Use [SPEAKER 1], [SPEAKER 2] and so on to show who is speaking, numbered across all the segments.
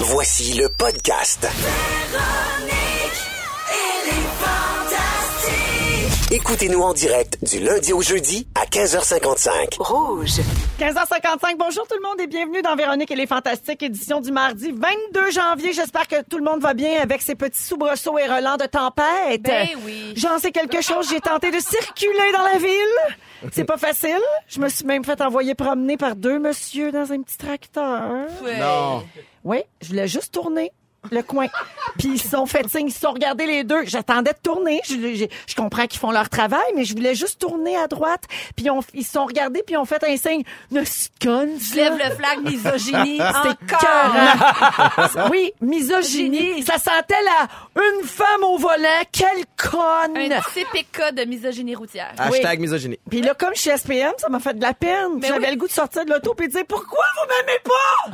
[SPEAKER 1] Voici le podcast. Écoutez-nous en direct du lundi au jeudi à 15h55.
[SPEAKER 2] Rouge.
[SPEAKER 3] 15h55, bonjour tout le monde et bienvenue dans Véronique et les Fantastiques, édition du mardi 22 janvier. J'espère que tout le monde va bien avec ces petits soubresauts et relents de tempête.
[SPEAKER 4] Ben oui.
[SPEAKER 3] J'en sais quelque chose, j'ai tenté de circuler dans la ville. C'est pas facile. Je me suis même fait envoyer promener par deux messieurs dans un petit tracteur.
[SPEAKER 4] Ouais.
[SPEAKER 5] Oh,
[SPEAKER 3] Oui, je voulais juste tourner le coin. Puis ils se sont fait signe, ils se sont regardés les deux. J'attendais de tourner. Je, je- je comprends qu'ils font leur travail, mais je voulais juste tourner à droite. Puis on- ils se sont regardés, puis ils ont fait un signe. Ne se conne,
[SPEAKER 4] Je lève le flag misogynie encore.
[SPEAKER 3] Cœur, hein? Oui, misogynie. Ça sentait la une femme au volant. Quelle conne!
[SPEAKER 4] Un typique cas de misogynie routière.
[SPEAKER 3] Ah.
[SPEAKER 5] Hashtag misogynie.
[SPEAKER 3] Puis là, comme je suis SPM, ça m'a fait de la peine.
[SPEAKER 4] Mais
[SPEAKER 3] J'avais
[SPEAKER 4] Ben oui.
[SPEAKER 3] le goût de sortir de l'auto et de dire pourquoi vous m'aimez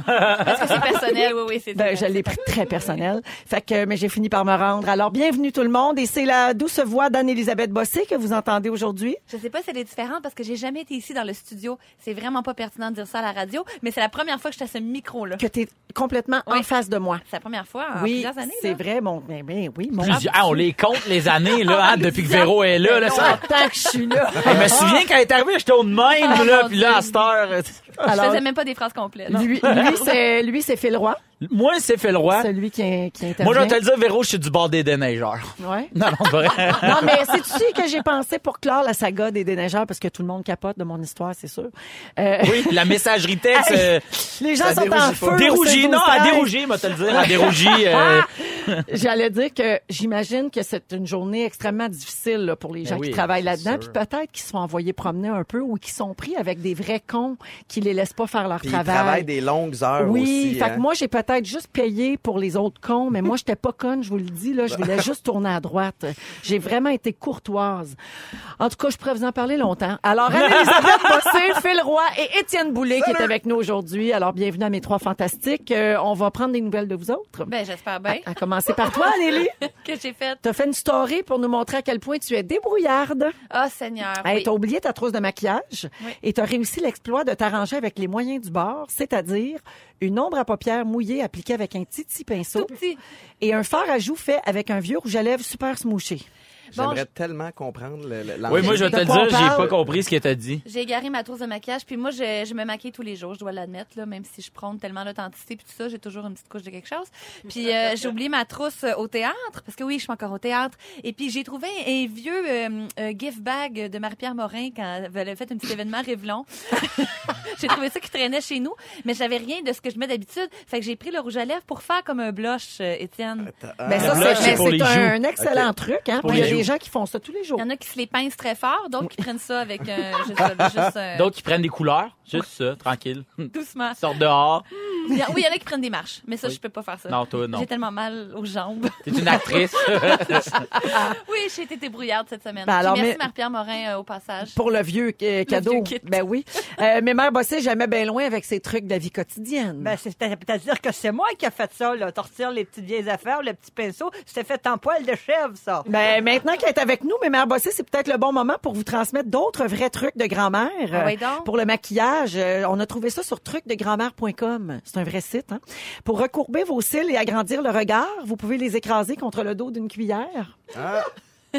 [SPEAKER 3] pas?
[SPEAKER 4] Parce que c'est personnel, oui, oui, c'est
[SPEAKER 3] Ben, je l'ai pris très personnel. Fait que, mais j'ai fini par me rendre. Alors, bienvenue tout le monde. Et c'est la douce voix d'Anne-Élisabeth Bossé que vous entendez aujourd'hui.
[SPEAKER 4] Je sais pas si elle est différente parce que j'ai jamais été ici dans le studio. C'est vraiment pas pertinent de dire ça à la radio, mais c'est la première fois que je suis à ce micro-là.
[SPEAKER 3] Que t'es complètement en
[SPEAKER 4] Oui.
[SPEAKER 3] face de moi.
[SPEAKER 4] C'est la première fois en
[SPEAKER 3] oui,
[SPEAKER 4] plusieurs années.
[SPEAKER 3] c'est
[SPEAKER 4] là.
[SPEAKER 3] vrai, mon, mais, mais oui, mon.
[SPEAKER 6] Plusieurs- Ah, on les compte les années, là, hein, depuis que Véro est là. là ça...
[SPEAKER 3] Tant que je suis là.
[SPEAKER 6] Je me souviens quand elle est arrivée, j'étais au de
[SPEAKER 4] Ah,
[SPEAKER 6] même, là,
[SPEAKER 4] mon
[SPEAKER 6] puis là,
[SPEAKER 4] Dieu.
[SPEAKER 6] à cette heure. euh,
[SPEAKER 4] Je
[SPEAKER 3] Alors,
[SPEAKER 4] faisais même pas des phrases complètes. non.
[SPEAKER 3] lui, lui, c'est, lui, c'est Phil Roy,
[SPEAKER 6] Moi, c'est fait le
[SPEAKER 4] Ah.
[SPEAKER 6] roi.
[SPEAKER 3] celui qui, qui intervient.
[SPEAKER 6] Moi, je vais te le dire, Véro, je suis du bord des déneigeurs.
[SPEAKER 3] Ouais.
[SPEAKER 6] Non, non, c'est vrai.
[SPEAKER 3] Non, mais c'est tu que j'ai pensé pour clore la saga des déneigeurs parce que tout le monde capote de mon histoire, c'est sûr. Euh,
[SPEAKER 6] Oui, la messagerie texte.
[SPEAKER 3] Hey,
[SPEAKER 6] euh,
[SPEAKER 3] Les gens
[SPEAKER 5] Ça
[SPEAKER 3] sont
[SPEAKER 5] dérougit
[SPEAKER 3] en
[SPEAKER 5] pas.
[SPEAKER 3] feu. au
[SPEAKER 6] dérougie, non,
[SPEAKER 3] 16.
[SPEAKER 6] à dérougie, moi, te le dire, à dérougie. euh,
[SPEAKER 3] J'allais dire que j'imagine que c'est une journée extrêmement difficile là, pour les
[SPEAKER 5] Ben
[SPEAKER 3] gens
[SPEAKER 6] oui,
[SPEAKER 3] qui travaillent
[SPEAKER 6] c'est
[SPEAKER 3] là-dedans, puis
[SPEAKER 6] sûr.
[SPEAKER 3] peut-être qu'ils sont envoyés promener un peu ou qui sont pris avec des vrais cons qui les laissent pas faire leur
[SPEAKER 5] Puis il
[SPEAKER 3] travail.
[SPEAKER 5] travaille des longues heures
[SPEAKER 3] Oui,
[SPEAKER 5] aussi.
[SPEAKER 3] fait
[SPEAKER 5] hein.
[SPEAKER 3] que moi j'ai peut-être juste payé pour les autres cons, mais moi j'étais pas conne, je vous le dis là, je voulais juste tourner à droite. J'ai vraiment été courtoise. En tout cas, je pourrais vous en parler longtemps. Alors Anne-Elisabeth Bossé, Phil Roy et Étienne Boulay qui est avec nous aujourd'hui. Alors bienvenue à mes trois fantastiques. Euh, on va prendre des nouvelles de vous autres.
[SPEAKER 4] Ben, j'espère bien
[SPEAKER 3] À commencer par toi, Nelly.
[SPEAKER 4] que j'ai fait.
[SPEAKER 3] T'as fait une story pour nous montrer à quel point tu es débrouillarde.
[SPEAKER 4] Ah, Seigneur.
[SPEAKER 3] Hey,
[SPEAKER 4] oui.
[SPEAKER 3] T'as oublié ta trousse de maquillage
[SPEAKER 4] Oui.
[SPEAKER 3] et t'as réussi l'exploit de t'arranger avec les moyens du bord, c'est-à-dire une ombre à paupières mouillée appliquée avec un petit, petit pinceau
[SPEAKER 4] Tout petit.
[SPEAKER 3] et un fard à joues fait avec un vieux rouge à lèvres super smouché.
[SPEAKER 4] Bon,
[SPEAKER 5] J'aimerais tellement comprendre le, le-
[SPEAKER 6] Oui, moi, je vais te
[SPEAKER 3] De
[SPEAKER 6] le
[SPEAKER 3] quoi on
[SPEAKER 6] dire, j'ai
[SPEAKER 3] parle?
[SPEAKER 6] pas compris ce qu'elle t'a dit.
[SPEAKER 4] J'ai égaré ma trousse de maquillage, puis moi, je, je me maquille tous les jours, je dois l'admettre, là, même si je prône tellement l'authenticité, puis tout ça, j'ai toujours une petite couche de quelque chose. Puis euh, j'ai oublié ma trousse euh, au théâtre, parce que oui, je suis encore au théâtre. Et puis j'ai trouvé un vieux euh, euh, gift bag de Marie-Pierre Morin quand elle avait fait un petit événement Révelon. j'ai trouvé ça qui traînait chez nous, mais j'avais rien de ce que je mets d'habitude. Fait que j'ai pris le rouge à lèvres pour faire comme un blush, euh, Étienne.
[SPEAKER 5] Ah,
[SPEAKER 3] Ben, ça,
[SPEAKER 6] le blush,
[SPEAKER 3] c'est
[SPEAKER 6] c'est
[SPEAKER 3] ben,
[SPEAKER 6] pour les
[SPEAKER 3] c'est un,
[SPEAKER 6] joues.
[SPEAKER 3] excellent truc. Hein?
[SPEAKER 6] pour
[SPEAKER 3] Il y a
[SPEAKER 6] les
[SPEAKER 3] des
[SPEAKER 6] joues.
[SPEAKER 3] gens qui font ça tous les jours.
[SPEAKER 4] Il y en a qui se les pincent très fort, d'autres qui prennent ça avec un, juste, juste un-
[SPEAKER 6] D'autres qui prennent des couleurs, juste ça, tranquille.
[SPEAKER 4] doucement.
[SPEAKER 6] Sorte dehors.
[SPEAKER 4] Il y a- ah oui, il y en a qui prennent des marches, mais ça, je peux pas faire ça.
[SPEAKER 6] Non, toi, non.
[SPEAKER 4] J'ai tellement mal aux jambes.
[SPEAKER 6] T'es une actrice.
[SPEAKER 4] oui, j'ai été débrouillarde cette semaine.
[SPEAKER 3] Ben alors,
[SPEAKER 4] Puis
[SPEAKER 3] mais-
[SPEAKER 4] merci Marie-Pierre Morin euh, au passage.
[SPEAKER 3] Pour le vieux euh, cadeau.
[SPEAKER 4] vieux kit.
[SPEAKER 3] ben oui. Euh, mais Mère Bossé, jamais bien loin avec ses trucs de la vie quotidienne.
[SPEAKER 7] Ben, c'est- c'est-à-dire que c'est moi qui ai fait ça, là. Tortir les petites vieilles affaires, le petit pinceau. C'était fait en poil de chèvre, ça.
[SPEAKER 3] Ben, maintenant qu'elle est avec nous, mais Mère Bossé, c'est peut-être le bon moment pour vous transmettre d'autres vrais trucs de grand-mère.
[SPEAKER 4] Ah oui,
[SPEAKER 3] Euh,
[SPEAKER 4] donc?
[SPEAKER 3] Pour le maquillage, euh, on a trouvé ça sur trucsdegrandmère.com. C'est un vrai site. Hein? Pour recourber vos cils et agrandir le regard, vous pouvez les écraser contre le dos d'une cuillère.
[SPEAKER 5] Ah,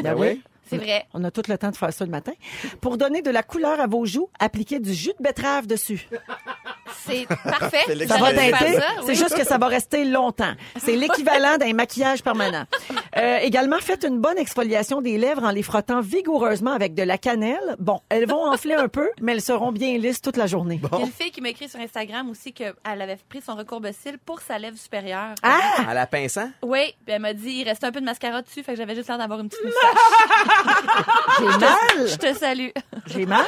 [SPEAKER 5] ben oui.
[SPEAKER 4] C'est vrai.
[SPEAKER 3] On a tout le temps de faire ça le matin. Pour donner de la couleur à vos joues, appliquez du jus de betterave dessus.
[SPEAKER 4] C'est parfait.
[SPEAKER 5] Félix,
[SPEAKER 3] Ça va
[SPEAKER 5] J'aurais pu
[SPEAKER 3] teinter.
[SPEAKER 4] faire ça, oui.
[SPEAKER 3] C'est juste que ça va rester longtemps. C'est l'équivalent d'un maquillage permanent. Euh, également, faites une bonne exfoliation des lèvres en les frottant vigoureusement avec de la cannelle. Bon, elles vont enfler un peu, mais elles seront bien lisses toute la journée.
[SPEAKER 4] Il y a une fille qui m'a écrit sur Instagram aussi qu'elle avait pris son recourbe-cils pour sa lèvre supérieure.
[SPEAKER 3] Ah!
[SPEAKER 5] À la hein? pinçant.
[SPEAKER 4] Oui, puis elle m'a dit, il restait un peu de mascara dessus, fait que j'avais juste l'air d'avoir une petite moustache.
[SPEAKER 3] J'ai mal!
[SPEAKER 4] Je te salue.
[SPEAKER 3] J'ai mal!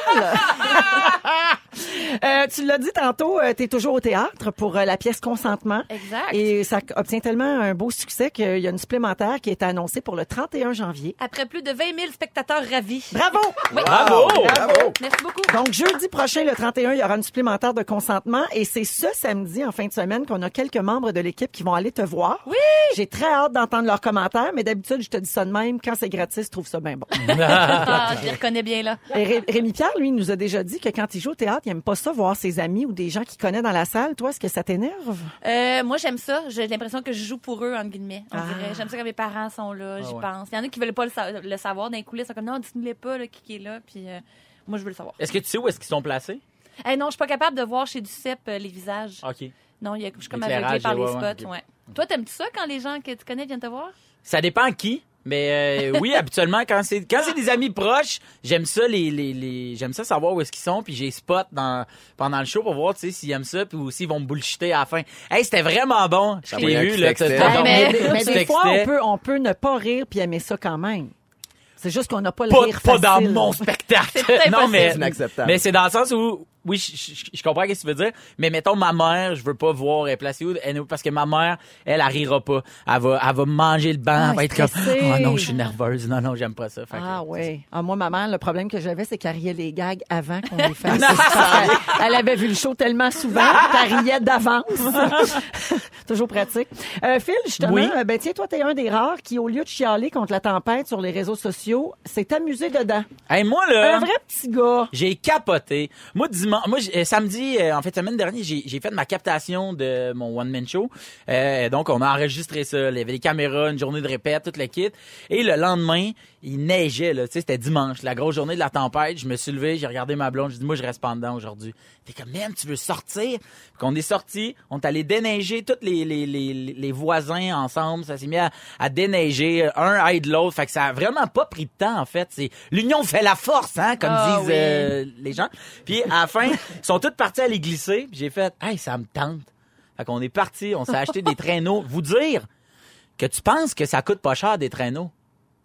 [SPEAKER 3] Euh, tu l'as dit tantôt, tu es toujours au théâtre pour euh, la pièce Consentement.
[SPEAKER 4] Exact.
[SPEAKER 3] Et ça obtient tellement un beau succès qu'il y a une supplémentaire qui est annoncée pour le 31 janvier.
[SPEAKER 4] Après plus de 20 000 spectateurs ravis.
[SPEAKER 3] Bravo!
[SPEAKER 6] Bravo!
[SPEAKER 5] Bravo!
[SPEAKER 4] Merci beaucoup.
[SPEAKER 3] Donc, jeudi prochain, le 31, il y aura une supplémentaire de consentement. Et c'est ce samedi, en fin de semaine, qu'on a quelques membres de l'équipe qui vont aller te voir.
[SPEAKER 4] Oui!
[SPEAKER 3] J'ai très hâte d'entendre leurs commentaires, mais d'habitude, je te dis ça de même. Quand c'est gratuit, je trouve ça bien bon.
[SPEAKER 4] Ah, je les reconnais bien là.
[SPEAKER 3] Et Ré- Rémi Pierre, lui, nous a déjà dit que quand il joue au théâtre, il aime pas ça voir ses amis ou des gens qu'il connaît dans la salle. Toi, est-ce que ça t'énerve?
[SPEAKER 4] Euh, moi, j'aime ça. J'ai l'impression que je joue pour eux, entre guillemets. On
[SPEAKER 3] Ah.
[SPEAKER 4] dirait. J'aime ça quand mes parents sont là,
[SPEAKER 6] Ah
[SPEAKER 4] j'y pense. Il y en a qui veulent pas le, sa- le savoir dans les coulisses. Ils sont comme, non, dites-nous-les pas, là, qui qui est là. Puis euh, moi, je veux le savoir.
[SPEAKER 6] Est-ce que tu sais où est-ce qu'ils sont placés?
[SPEAKER 4] Eh non, je suis pas capable de voir chez du CEP euh, les visages.
[SPEAKER 6] OK.
[SPEAKER 4] Non, il y a, je suis comme
[SPEAKER 6] Ah. L'éclairage,
[SPEAKER 4] aveuglée par les
[SPEAKER 6] ouais,
[SPEAKER 4] spots.
[SPEAKER 6] ouais,
[SPEAKER 4] Ouais,
[SPEAKER 6] ok.
[SPEAKER 4] Toi, t'aimes-tu ça quand les gens que tu connais viennent te voir?
[SPEAKER 6] Ça dépend qui. Mais euh, oui, habituellement, quand c'est quand c'est des amis proches, j'aime ça les, les, les- j'aime ça savoir où est-ce qu'ils sont, puis j'ai spot dans pendant le show pour voir tu sais s'ils aiment ça, puis aussi ils vont me bullshiter à la fin. Hey, c'était vraiment bon. Je t'ai
[SPEAKER 5] voyait que
[SPEAKER 6] vu
[SPEAKER 5] tu
[SPEAKER 6] là, t'as-
[SPEAKER 5] textais.
[SPEAKER 6] t'as
[SPEAKER 4] Ah,
[SPEAKER 6] dormi,
[SPEAKER 4] mais-
[SPEAKER 6] tu
[SPEAKER 3] Ben, Mais des
[SPEAKER 6] textais.
[SPEAKER 3] fois, on peut, on peut ne pas rire puis aimer ça quand même. C'est juste qu'on n'a pas le
[SPEAKER 6] pas,
[SPEAKER 3] rire
[SPEAKER 6] pas dans
[SPEAKER 3] facile.
[SPEAKER 6] mon spectacle.
[SPEAKER 4] C'est
[SPEAKER 6] non,
[SPEAKER 4] impossible.
[SPEAKER 6] mais,
[SPEAKER 5] C'est inacceptable.
[SPEAKER 6] mais c'est dans le sens où, oui, je, je- je comprends ce que tu veux dire, mais mettons ma mère, je veux pas voir elle est placée où, elle est où, parce que ma mère, elle, elle rira pas. Elle va, elle va manger le banc,
[SPEAKER 3] Ah,
[SPEAKER 6] elle va être
[SPEAKER 3] stressée.
[SPEAKER 6] comme, oh non, je suis nerveuse, non, non, j'aime pas ça. Fait que-
[SPEAKER 3] Ah oui. Ah, moi, ma mère, le problème que j'avais, c'est qu'elle riait les gags avant qu'on les fasse. C'est ça. elle, elle avait vu le show tellement souvent qu'elle riait d'avance. Toujours pratique. Euh, Phil, justement,
[SPEAKER 6] Oui.
[SPEAKER 3] euh, ben, tiens, toi, t'es un des rares qui, au lieu de chialer contre la tempête sur les réseaux sociaux, s'est amusé dedans.
[SPEAKER 6] Hey, moi, là.
[SPEAKER 4] Euh.
[SPEAKER 3] Un vrai petit gars.
[SPEAKER 6] J'ai capoté. Moi, dimanche, moi, j- euh, samedi, euh, en fait, semaine dernière, j'ai j'ai fait ma captation de mon one man show. Euh, donc, on a enregistré ça. Il y avait les caméras, une journée de répète, tout le kit. Et le lendemain, il neigeait. Là, tu sais, c'était dimanche, la grosse journée de la tempête. Je me suis levé, j'ai regardé ma blonde, j'ai dit, moi, je reste pas en dedans aujourd'hui. T'es comme, man, tu veux sortir? Qu'on est sorti, on est allé déneiger tous les, les, les, les voisins ensemble. Ça s'est mis à, à déneiger euh, un aide l'autre. Fait que ça a vraiment pas pris de temps, en fait. C'est l'union fait la force, hein, comme
[SPEAKER 4] Ah
[SPEAKER 6] disent
[SPEAKER 4] oui.
[SPEAKER 6] euh, les gens. Puis à la fin, ils sont tous partis aller glisser. Puis J'ai fait, hey, ça me tente. Fait qu'on est parti, on s'est acheté des traîneaux. Vous dire que tu penses que ça coûte pas cher des traîneaux.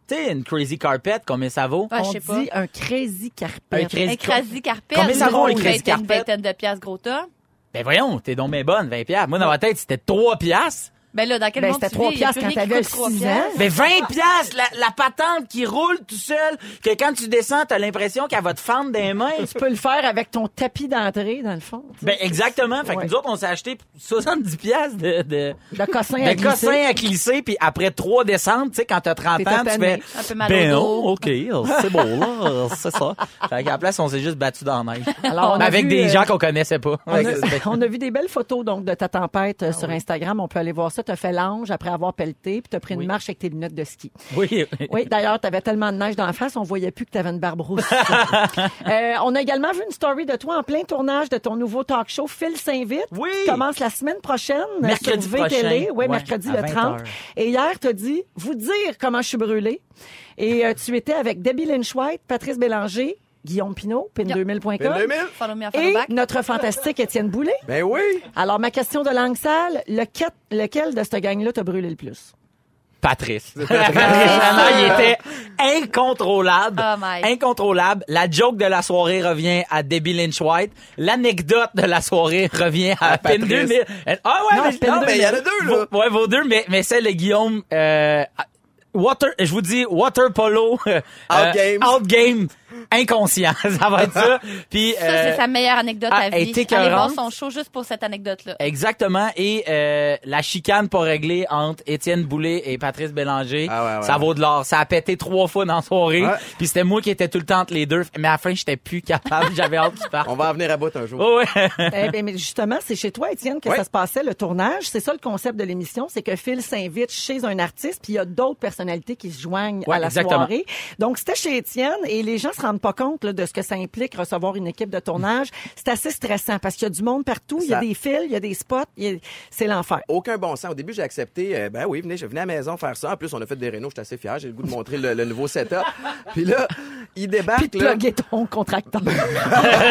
[SPEAKER 6] Tu sais, une crazy carpet, combien ça vaut?
[SPEAKER 4] Ah, je
[SPEAKER 3] on
[SPEAKER 4] sais
[SPEAKER 3] dit
[SPEAKER 4] pas.
[SPEAKER 3] un crazy carpet.
[SPEAKER 6] Un crazy
[SPEAKER 4] Un crasi carpet.
[SPEAKER 6] Combien ça vaut, un
[SPEAKER 4] Une
[SPEAKER 6] crasi
[SPEAKER 4] vingtaine-
[SPEAKER 6] carpet?
[SPEAKER 4] Une vingtaine de piastres, gros tas.
[SPEAKER 6] Ben voyons, t'es donc bien bonne, 20 piastres. Moi, dans ma tête, c'était 3 piastres.
[SPEAKER 4] Ben là, dans quel
[SPEAKER 3] Ben,
[SPEAKER 4] monde
[SPEAKER 3] c'était
[SPEAKER 4] tu
[SPEAKER 3] trois
[SPEAKER 4] vis? Y a
[SPEAKER 3] piastres
[SPEAKER 4] plus
[SPEAKER 3] quand
[SPEAKER 4] rien qui
[SPEAKER 3] t'avais
[SPEAKER 4] coûte trois
[SPEAKER 3] six ans.
[SPEAKER 4] piastres.
[SPEAKER 6] Ben 20 piastres, la, la patente qui roule tout seul, que quand tu descends, t'as l'impression qu'elle va te fendre des mains.
[SPEAKER 3] Tu peux le faire avec ton tapis d'entrée, dans le fond. tu sais.
[SPEAKER 6] Ben exactement. Fait que
[SPEAKER 3] Ouais.
[SPEAKER 6] nous autres, on s'est acheté 70 piastres de... de...
[SPEAKER 3] le cossin
[SPEAKER 4] ben,
[SPEAKER 3] à
[SPEAKER 6] de
[SPEAKER 3] glisser.
[SPEAKER 6] Ben, cossin à glisser, puis après trois descentes, tu sais, quand t'as 30
[SPEAKER 3] T'es
[SPEAKER 6] ans, tu
[SPEAKER 3] tanné.
[SPEAKER 6] fais...
[SPEAKER 4] Un peu mal
[SPEAKER 6] Ben
[SPEAKER 4] au
[SPEAKER 6] non,
[SPEAKER 4] dos.
[SPEAKER 6] OK, c'est beau, là, oh, c'est ça. Fait qu'à la place, on s'est juste battu dans la neige.
[SPEAKER 3] Alors, on
[SPEAKER 6] Mais
[SPEAKER 3] a
[SPEAKER 6] avec
[SPEAKER 3] vu,
[SPEAKER 6] des
[SPEAKER 3] euh,
[SPEAKER 6] gens qu'on connaissait pas.
[SPEAKER 3] On a, on a vu des belles photos donc de ta tempête
[SPEAKER 6] Ah
[SPEAKER 3] euh, sur Instagram. On peut aller voir ça. T'as fait l'ange après avoir pelleté, puis t'as pris une marche avec tes lunettes de ski.
[SPEAKER 6] Oui.
[SPEAKER 3] Oui, d'ailleurs, t'avais tellement de neige dans la face, on voyait plus que t'avais une barbe rousse. Euh, on a également vu une story de toi en plein tournage de ton nouveau talk show Phil s'invite.
[SPEAKER 6] Oui.
[SPEAKER 3] Tu commences la semaine prochaine euh,
[SPEAKER 6] Mercredi
[SPEAKER 3] sur VTL.
[SPEAKER 6] prochain.
[SPEAKER 3] Oui,
[SPEAKER 6] Ouais,
[SPEAKER 3] mercredi le
[SPEAKER 6] à 20
[SPEAKER 3] 30.
[SPEAKER 6] heures.
[SPEAKER 3] Et hier, t'as dit vous dire comment je suis brûlée. Et euh, tu étais avec Debbie Lynch White, Patrice Bélanger, Guillaume Pinot, pin2000.com.
[SPEAKER 5] Ben, 2000?
[SPEAKER 4] Follow me, follow
[SPEAKER 3] Et
[SPEAKER 4] back.
[SPEAKER 3] notre fantastique Étienne Boulay.
[SPEAKER 5] Ben oui.
[SPEAKER 3] Alors, ma question de langue sale, lequel, lequel de cette gang-là t'a brûlé le plus?
[SPEAKER 6] Patrice. Récemment, il était incontrôlable.
[SPEAKER 4] Oh my.
[SPEAKER 6] incontrôlable. La joke de la soirée revient à Debbie Lynch White. L'anecdote de la soirée revient à,
[SPEAKER 5] À
[SPEAKER 6] Pin
[SPEAKER 5] Patrice.
[SPEAKER 6] 2000. Ah ouais,
[SPEAKER 3] Non,
[SPEAKER 6] mais,
[SPEAKER 3] Pin
[SPEAKER 6] non, mais il y en a
[SPEAKER 5] 2000.
[SPEAKER 6] deux, là. Vos- Ouais, vos deux, mais, mais celle de Guillaume, euh, Water, je vous dis, water polo, euh,
[SPEAKER 5] Outgame.
[SPEAKER 6] euh, outgame, inconscient, ça va être ça. Puis
[SPEAKER 4] Ça,
[SPEAKER 6] euh,
[SPEAKER 4] c'est sa meilleure anecdote
[SPEAKER 6] ah,
[SPEAKER 4] à
[SPEAKER 6] elle
[SPEAKER 4] vie.
[SPEAKER 6] était Eh,
[SPEAKER 4] Allez voir son
[SPEAKER 6] écœurante.
[SPEAKER 4] show juste pour cette anecdote-là.
[SPEAKER 6] Exactement. Et euh, la chicane pas réglée entre Étienne Boulay et Patrice Bélanger,
[SPEAKER 5] Ah ouais, ouais,
[SPEAKER 6] ça
[SPEAKER 5] ouais.
[SPEAKER 6] vaut de l'or. Ça a pété trois fois dans la soirée.
[SPEAKER 5] Ouais.
[SPEAKER 6] Puis c'était moi qui étais tout le temps entre les deux. Mais à la fin, j'étais plus capable. J'avais hâte qu'ils partent.
[SPEAKER 5] On va en venir à bout un jour.
[SPEAKER 6] Oh, ouais.
[SPEAKER 3] Eh bien, mais justement, c'est chez toi, Étienne, que
[SPEAKER 5] Ouais.
[SPEAKER 3] ça se passait, le tournage. C'est ça le concept de l'émission, c'est que Phil s'invite chez un artiste, puis il y a d'autres personnalités qui se joignent
[SPEAKER 6] Ouais,
[SPEAKER 3] à la
[SPEAKER 6] exactement.
[SPEAKER 3] soirée. Donc, c'était chez Étienne, et les gens se rendent pas compte là, de ce que ça implique recevoir une équipe de tournage. C'est assez stressant, parce qu'il y a du monde partout, il y a
[SPEAKER 5] Ça-
[SPEAKER 3] des fils, il y a des spots, il y a- c'est l'enfer.
[SPEAKER 5] Aucun bon sens. Au début, j'ai accepté. euh, ben oui, venez, je venais à la maison faire ça. En plus, on a fait des rénaux. J'étais assez fier. J'ai le goût de montrer le, le nouveau setup. Puis là, il
[SPEAKER 3] Puis
[SPEAKER 5] débarque.
[SPEAKER 3] de
[SPEAKER 5] là.
[SPEAKER 3] plugger ton contracteur.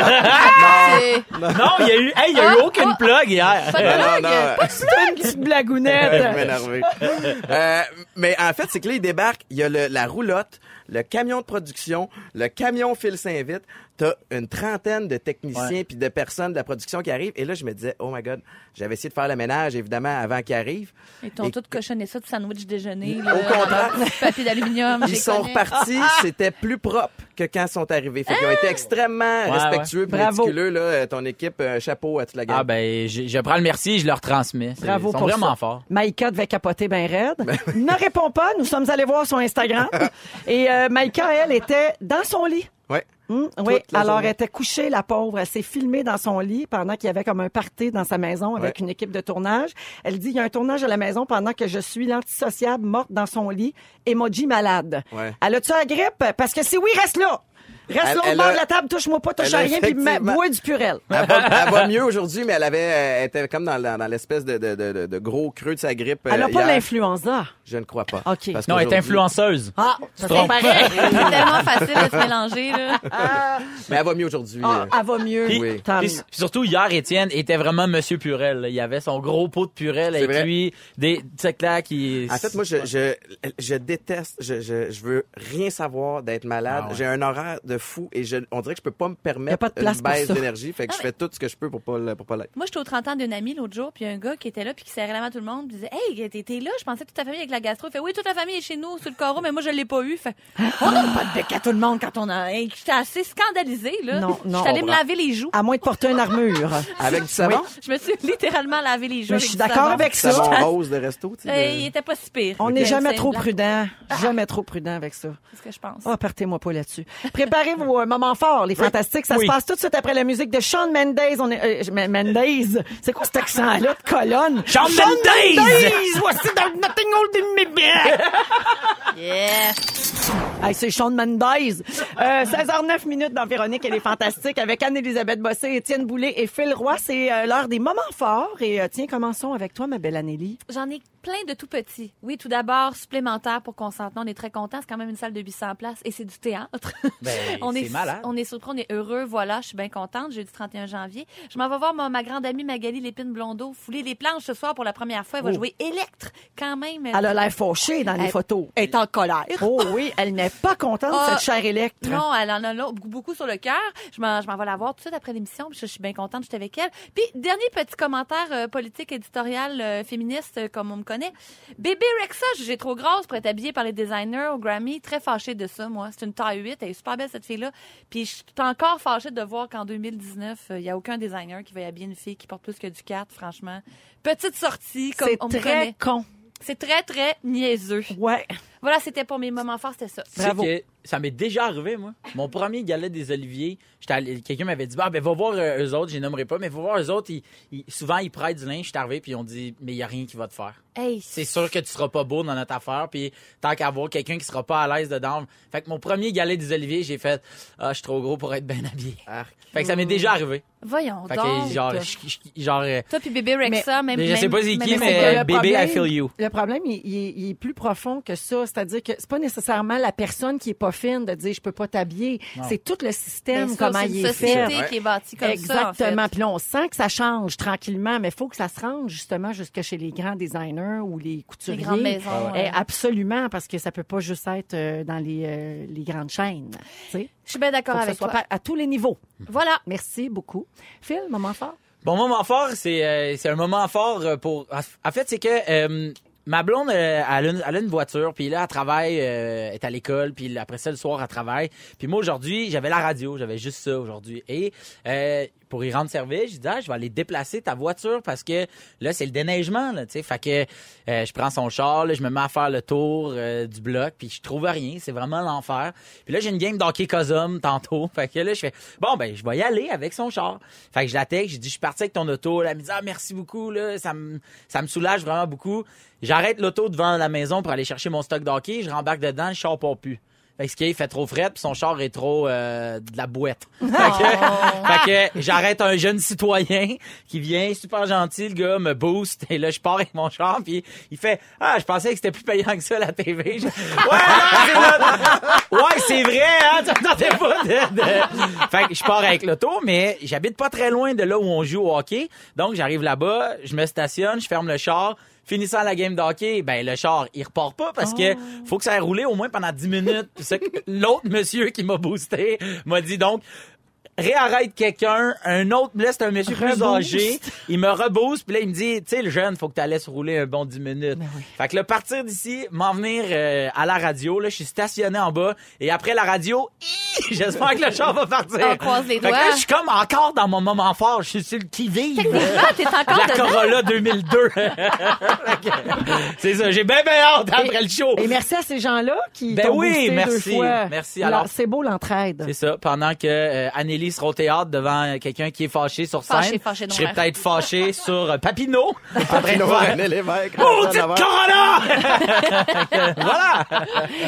[SPEAKER 4] C'est-
[SPEAKER 6] Non, il y a eu, hey, il y a eu
[SPEAKER 4] Ah,
[SPEAKER 6] aucune
[SPEAKER 4] ah.
[SPEAKER 6] plug hier.
[SPEAKER 4] Pas de
[SPEAKER 5] Non, non,
[SPEAKER 4] blague.
[SPEAKER 5] non, euh,
[SPEAKER 3] C'est une petite
[SPEAKER 5] Je vais
[SPEAKER 3] blagounette.
[SPEAKER 5] m'énerver. Euh, mais en fait, c'est que là, il débarque, il y a le- la roulotte, le camion de production, le camion Phil s'invite, T'as une trentaine de techniciens puis de personnes de la production qui arrivent. Et là, je me disais, oh my God, j'avais essayé de faire le ménage, évidemment, avant qu'ils arrivent.
[SPEAKER 4] Ils t'ont
[SPEAKER 5] Et-
[SPEAKER 4] tout cochonné ça de sandwich déjeuner.
[SPEAKER 5] Au contraire.
[SPEAKER 4] Papier d'aluminium.
[SPEAKER 5] Ils
[SPEAKER 4] j'ai
[SPEAKER 5] sont
[SPEAKER 4] connu.
[SPEAKER 5] repartis, c'était plus propre que quand ils sont arrivés. Fait qu'ils ont été extrêmement respectueux, puis
[SPEAKER 3] Bravo.
[SPEAKER 5] méticuleux, là, euh, ton équipe, euh, chapeau à toute la gamme.
[SPEAKER 6] Ah ben, je, je prends le merci, je leur transmets. C'est-
[SPEAKER 3] Bravo
[SPEAKER 6] Ils sont
[SPEAKER 3] pour
[SPEAKER 6] vraiment
[SPEAKER 3] ça.
[SPEAKER 6] forts.
[SPEAKER 3] Maïka devait capoter bien raide.
[SPEAKER 5] Ben
[SPEAKER 3] ne répond pas. Nous sommes allés voir son Instagram. Et euh, Maïka, elle, était dans son lit.
[SPEAKER 5] Ouais.
[SPEAKER 3] Hum, oui,
[SPEAKER 5] la
[SPEAKER 3] alors
[SPEAKER 5] journée.
[SPEAKER 3] elle était couchée, la pauvre. Elle s'est filmée dans son lit pendant qu'il y avait comme un party dans sa maison avec
[SPEAKER 5] Ouais.
[SPEAKER 3] une équipe de tournage. Elle dit, il y a un tournage à la maison pendant que je suis l'antisociable morte dans son lit, emoji malade.
[SPEAKER 5] Ouais.
[SPEAKER 3] Elle a-tu la grippe? Parce que si oui, reste là! Reste
[SPEAKER 5] Elle-
[SPEAKER 3] là au
[SPEAKER 5] elle
[SPEAKER 3] bord
[SPEAKER 5] a-
[SPEAKER 3] de la table, touche-moi pas, touche
[SPEAKER 5] elle
[SPEAKER 3] à
[SPEAKER 5] a
[SPEAKER 3] rien, puis ma-
[SPEAKER 5] effectivement- Euh,
[SPEAKER 3] bois du purel.
[SPEAKER 5] Elle va, elle va mieux aujourd'hui, mais elle avait, euh, elle était comme dans, dans- dans l'espèce de, de- de- de- de gros creux de sa grippe.
[SPEAKER 3] Elle
[SPEAKER 5] euh,
[SPEAKER 3] n'a pas
[SPEAKER 5] hier.
[SPEAKER 3] l'influenza.
[SPEAKER 5] Je ne crois pas.
[SPEAKER 3] OK.
[SPEAKER 5] Parce
[SPEAKER 6] Non, elle est
[SPEAKER 5] qu'aujourd'hui-
[SPEAKER 6] influenceuse.
[SPEAKER 3] Ah, ça c'est pareil.
[SPEAKER 4] C'est tellement facile de se mélanger. Là.
[SPEAKER 5] Mais elle va mieux aujourd'hui.
[SPEAKER 3] Ah,
[SPEAKER 5] euh.
[SPEAKER 3] elle va mieux.
[SPEAKER 6] Puis,
[SPEAKER 5] Oui.
[SPEAKER 3] Tant
[SPEAKER 6] puis-
[SPEAKER 3] mieux.
[SPEAKER 6] puis surtout, hier, Étienne était vraiment Monsieur Purel. là. Il avait son gros pot de Purel avec
[SPEAKER 5] vrai.
[SPEAKER 6] lui. Des tic clac qui.
[SPEAKER 5] En fait, moi, je, je, je déteste, je, je, je veux rien savoir d'être malade.
[SPEAKER 6] Ah ouais.
[SPEAKER 5] J'ai un horaire de fou et je, on dirait que je peux pas me
[SPEAKER 3] Y a
[SPEAKER 5] permettre
[SPEAKER 3] pas de place
[SPEAKER 5] une
[SPEAKER 3] pour
[SPEAKER 5] baisse
[SPEAKER 3] ça.
[SPEAKER 5] d'énergie. Fait que je fais tout ce que je peux pour pas, le- pour pas l'être.
[SPEAKER 4] Moi, j'étais au 30 ans d'une amie l'autre jour, puis un gars qui était là, puis qui serrait la main à tout le monde, puis disait Hey, t'es- t'es là, je pensais que toute ta famille avec la gastro. Il fait Oui, toute la famille est chez nous, sur le carreau, mais moi, je l'ai pas eu. Fait On donne pas de bec à tout le monde quand on a. Hey, J'étais assez scandalisée, là.
[SPEAKER 3] Non, non.
[SPEAKER 4] J'étais allée me
[SPEAKER 5] Comprends.
[SPEAKER 4] laver les joues.
[SPEAKER 3] À moins de porter une armure.
[SPEAKER 5] Avec du savon?
[SPEAKER 4] Je me suis littéralement lavé les joues.
[SPEAKER 3] Mais
[SPEAKER 4] avec
[SPEAKER 3] je suis
[SPEAKER 4] du
[SPEAKER 3] d'accord
[SPEAKER 4] savon.
[SPEAKER 3] avec
[SPEAKER 5] Du
[SPEAKER 3] ça.
[SPEAKER 5] Savon rose de resto, tu sais.
[SPEAKER 4] Euh,
[SPEAKER 5] de-
[SPEAKER 4] il était pas si pire.
[SPEAKER 3] On n'est
[SPEAKER 4] Mais
[SPEAKER 3] jamais
[SPEAKER 4] c'est
[SPEAKER 3] trop
[SPEAKER 4] blanc,
[SPEAKER 3] prudent. Jamais trop prudent avec ça.
[SPEAKER 4] C'est ce que je pense.
[SPEAKER 3] Oh, partez-moi pas là-dessus. Préparez vos euh, moments forts, les fantastiques. Ça
[SPEAKER 6] Oui.
[SPEAKER 3] se passe tout de suite après la musique de Sean Mendes. On est, euh, M- Mendes. C'est quoi cet accent-là de colonne?
[SPEAKER 6] Shawn Mendes!
[SPEAKER 3] Mendes! Voici dans Nothing Old in Me Back.
[SPEAKER 4] Yeah.
[SPEAKER 3] Hey, c'est Sean Mendes. Euh, 16h09 minutes dans Véronique, elle est fantastique avec Anne-Elisabeth Bossé, Étienne Boulay et Phil Roy. C'est euh, l'heure des moments forts. Et euh, tiens, commençons avec toi, ma belle Annélie.
[SPEAKER 4] J'en ai plein de tout petits. Oui, tout d'abord, supplémentaire pour consentement. On est très contents. C'est quand même une salle de 800 places et c'est du théâtre.
[SPEAKER 6] Ben,
[SPEAKER 4] on
[SPEAKER 6] c'est
[SPEAKER 4] est,
[SPEAKER 6] malade.
[SPEAKER 4] On est surpris, on est heureux. Voilà, je suis bien contente. Jeudi 31 janvier. Je m'en vais voir ma, ma grande amie Magali Lépine Blondeau fouler les planches ce soir pour la première fois. Elle va
[SPEAKER 6] Oh.
[SPEAKER 4] jouer Électre quand même.
[SPEAKER 3] Elle a l'air fauchée dans les
[SPEAKER 4] Elle-
[SPEAKER 3] photos.
[SPEAKER 4] Elle est en colère.
[SPEAKER 3] Oh oui, elle n'est pas contente,
[SPEAKER 4] Ah,
[SPEAKER 3] cette chère électre.
[SPEAKER 4] Non, elle en a là- beaucoup sur le cœur. Je m'en, je m'en vais la voir tout de suite après l'émission. Puis je, je suis bien contente, j'étais avec elle. Puis, dernier petit commentaire euh, politique, éditorial, euh, féministe, euh, comme on me connaît. Bébé Rexa, j'ai trop grosse pour être habillée par les designers au Grammy. Très fâchée de ça, moi. C'est une taille 8. Elle est super belle, cette fille-là. Puis, je suis encore fâchée de voir qu'en 2019, euh, il n'y a aucun designer qui va habiller une fille qui porte plus que du 4, franchement. Petite sortie, comme
[SPEAKER 3] C'est
[SPEAKER 4] on me
[SPEAKER 3] très
[SPEAKER 4] connaît.
[SPEAKER 3] con.
[SPEAKER 4] C'est très, très niaiseux.
[SPEAKER 3] Ouais.
[SPEAKER 4] Voilà, c'était pour mes moments forts, c'était ça.
[SPEAKER 6] Tu sais que ça m'est déjà arrivé, moi. Mon premier gala des Oliviers, j'étais allé- quelqu'un m'avait dit, bah, ben, va voir euh, eux autres, je les nommerai pas, mais va voir eux autres, ils- ils- souvent, ils prêtent du linge, je suis arrivé, puis ils ont dit, mais il y a rien qui va te faire.
[SPEAKER 4] Hey,
[SPEAKER 6] C'est sûr que tu seras pas beau dans notre affaire, puis tant qu'à avoir quelqu'un qui sera pas à l'aise dedans. Fait que mon premier galet des Oliviers, j'ai fait, ah, je suis trop gros pour être bien habillé.
[SPEAKER 5] Arc.
[SPEAKER 6] Fait que ça m'est déjà arrivé.
[SPEAKER 4] voyons
[SPEAKER 6] Fait
[SPEAKER 4] donc.
[SPEAKER 6] que, genre, je- je- je- genre, euh,
[SPEAKER 4] Toi puis bébé Rexa, même
[SPEAKER 6] mais je sais
[SPEAKER 4] même-
[SPEAKER 6] pas c'est qui,
[SPEAKER 4] même-
[SPEAKER 6] mais
[SPEAKER 3] le
[SPEAKER 6] bébé,
[SPEAKER 3] problème-
[SPEAKER 6] I feel you.
[SPEAKER 3] Le problème, il, il est- il est plus profond que ça. C'est-à-dire que c'est pas nécessairement la personne qui est pas fine de dire je peux pas t'habiller. C'est tout le système,
[SPEAKER 4] Ben, ça,
[SPEAKER 3] comment
[SPEAKER 4] c'est
[SPEAKER 3] il
[SPEAKER 4] une
[SPEAKER 3] est fait.
[SPEAKER 4] société qui est bâtie comme ça. en fait.
[SPEAKER 3] Exactement. Puis là, on sent que ça change tranquillement, mais il faut que ça se rende justement jusque chez les grands designers ou les
[SPEAKER 4] Les
[SPEAKER 3] couturiers.
[SPEAKER 4] grandes maisons.
[SPEAKER 3] Eh,
[SPEAKER 4] euh,
[SPEAKER 3] absolument, parce que ça peut pas juste être euh, dans les, euh, les grandes chaînes. Tu sais,
[SPEAKER 4] Je suis bien
[SPEAKER 3] faut
[SPEAKER 4] d'accord
[SPEAKER 3] que ça
[SPEAKER 4] avec
[SPEAKER 3] soit
[SPEAKER 4] toi.
[SPEAKER 3] pas- à tous les niveaux.
[SPEAKER 4] Voilà.
[SPEAKER 3] Merci beaucoup. Phil, moment fort.
[SPEAKER 6] Bon moment fort, c'est euh, c'est un moment fort euh, pour. En fait, c'est que euh, ma blonde, euh, elle, a une, elle a une voiture, puis là, elle travaille, euh, elle est à l'école, puis après ça, le soir, elle travaille. Puis moi, aujourd'hui, j'avais la radio, j'avais juste ça aujourd'hui. Et euh, pour y rendre service, je dis, ah, je vais aller déplacer ta voiture parce que là, c'est le déneigement, là, tu sais. Fait que euh, je prends son char, là, je me mets à faire le tour euh, du bloc, puis je trouve rien, c'est vraiment l'enfer. Puis là, j'ai une game d'hockey Cosum tantôt. Fait que là, je fais, bon, ben, je vais y aller avec son char. Fait que je la texte, j'ai dit, je suis parti avec ton auto. Là, elle me dit, ah, merci beaucoup, là, ça me, ça me soulage vraiment beaucoup. J'arrête l'auto devant la maison pour aller chercher mon stock d'hockey, je rembarque dedans, le char part plus. Fait que ce qui est, il fait trop fret, puis son char est trop euh, de la bouette. Fait que, fait que j'arrête un jeune citoyen qui vient, super gentil, le gars me booste, et là, je pars avec mon char, puis il fait « Ah, je pensais que c'était plus payant que ça, la TV. » Je- Ouais, non, c'est notre- Ouais, c'est vrai, hein, tu attendais pas de- de- Fait que je pars avec l'auto, mais j'habite pas très loin de là où on joue au hockey. Donc, j'arrive là-bas, je me stationne, je ferme le char, finissant la game d'hockey, ben le char, il repart pas parce que faut que ça ait roulé au moins pendant 10 minutes. Puis ça, L'autre monsieur qui m'a boosté m'a dit donc réarrête quelqu'un, un autre, là, c'est un monsieur plus
[SPEAKER 3] Reboost.
[SPEAKER 6] âgé, il me rebooste, puis là, il me dit, tu sais, le jeune, faut que t'allais se rouler un bon 10 minutes.
[SPEAKER 4] Ben
[SPEAKER 6] Fait que là, partir d'ici, m'en venir euh, à la radio, là, je suis stationné en bas, et après la radio, hi, j'espère que le char va partir.
[SPEAKER 4] On croise les
[SPEAKER 6] Fait que là,
[SPEAKER 4] doigts.
[SPEAKER 6] je suis comme encore dans mon moment fort, je suis sur le qui-vive.
[SPEAKER 4] Ah, t'es encore
[SPEAKER 6] La
[SPEAKER 4] dedans.
[SPEAKER 6] Corolla 2002. Fait que, c'est ça, j'ai bien, bien hâte après le show.
[SPEAKER 3] Et merci à ces gens-là qui
[SPEAKER 6] Ben
[SPEAKER 3] t'ont
[SPEAKER 6] oui,
[SPEAKER 3] boosté
[SPEAKER 6] merci,
[SPEAKER 3] deux fois.
[SPEAKER 6] merci. Alors-
[SPEAKER 3] Là, c'est beau l'entraide.
[SPEAKER 6] C'est ça. Pendant que euh, Anneli sera au théâtre devant euh, quelqu'un qui est fâché sur scène,
[SPEAKER 4] Fâché, fâché
[SPEAKER 6] je serais
[SPEAKER 4] noir.
[SPEAKER 6] peut-être fâché sur euh, Papineau.
[SPEAKER 5] Après
[SPEAKER 6] voir.
[SPEAKER 5] René Lévesque.
[SPEAKER 6] Oh,
[SPEAKER 5] Alexandre
[SPEAKER 6] petite
[SPEAKER 5] Lavalle.
[SPEAKER 6] Corona! voilà!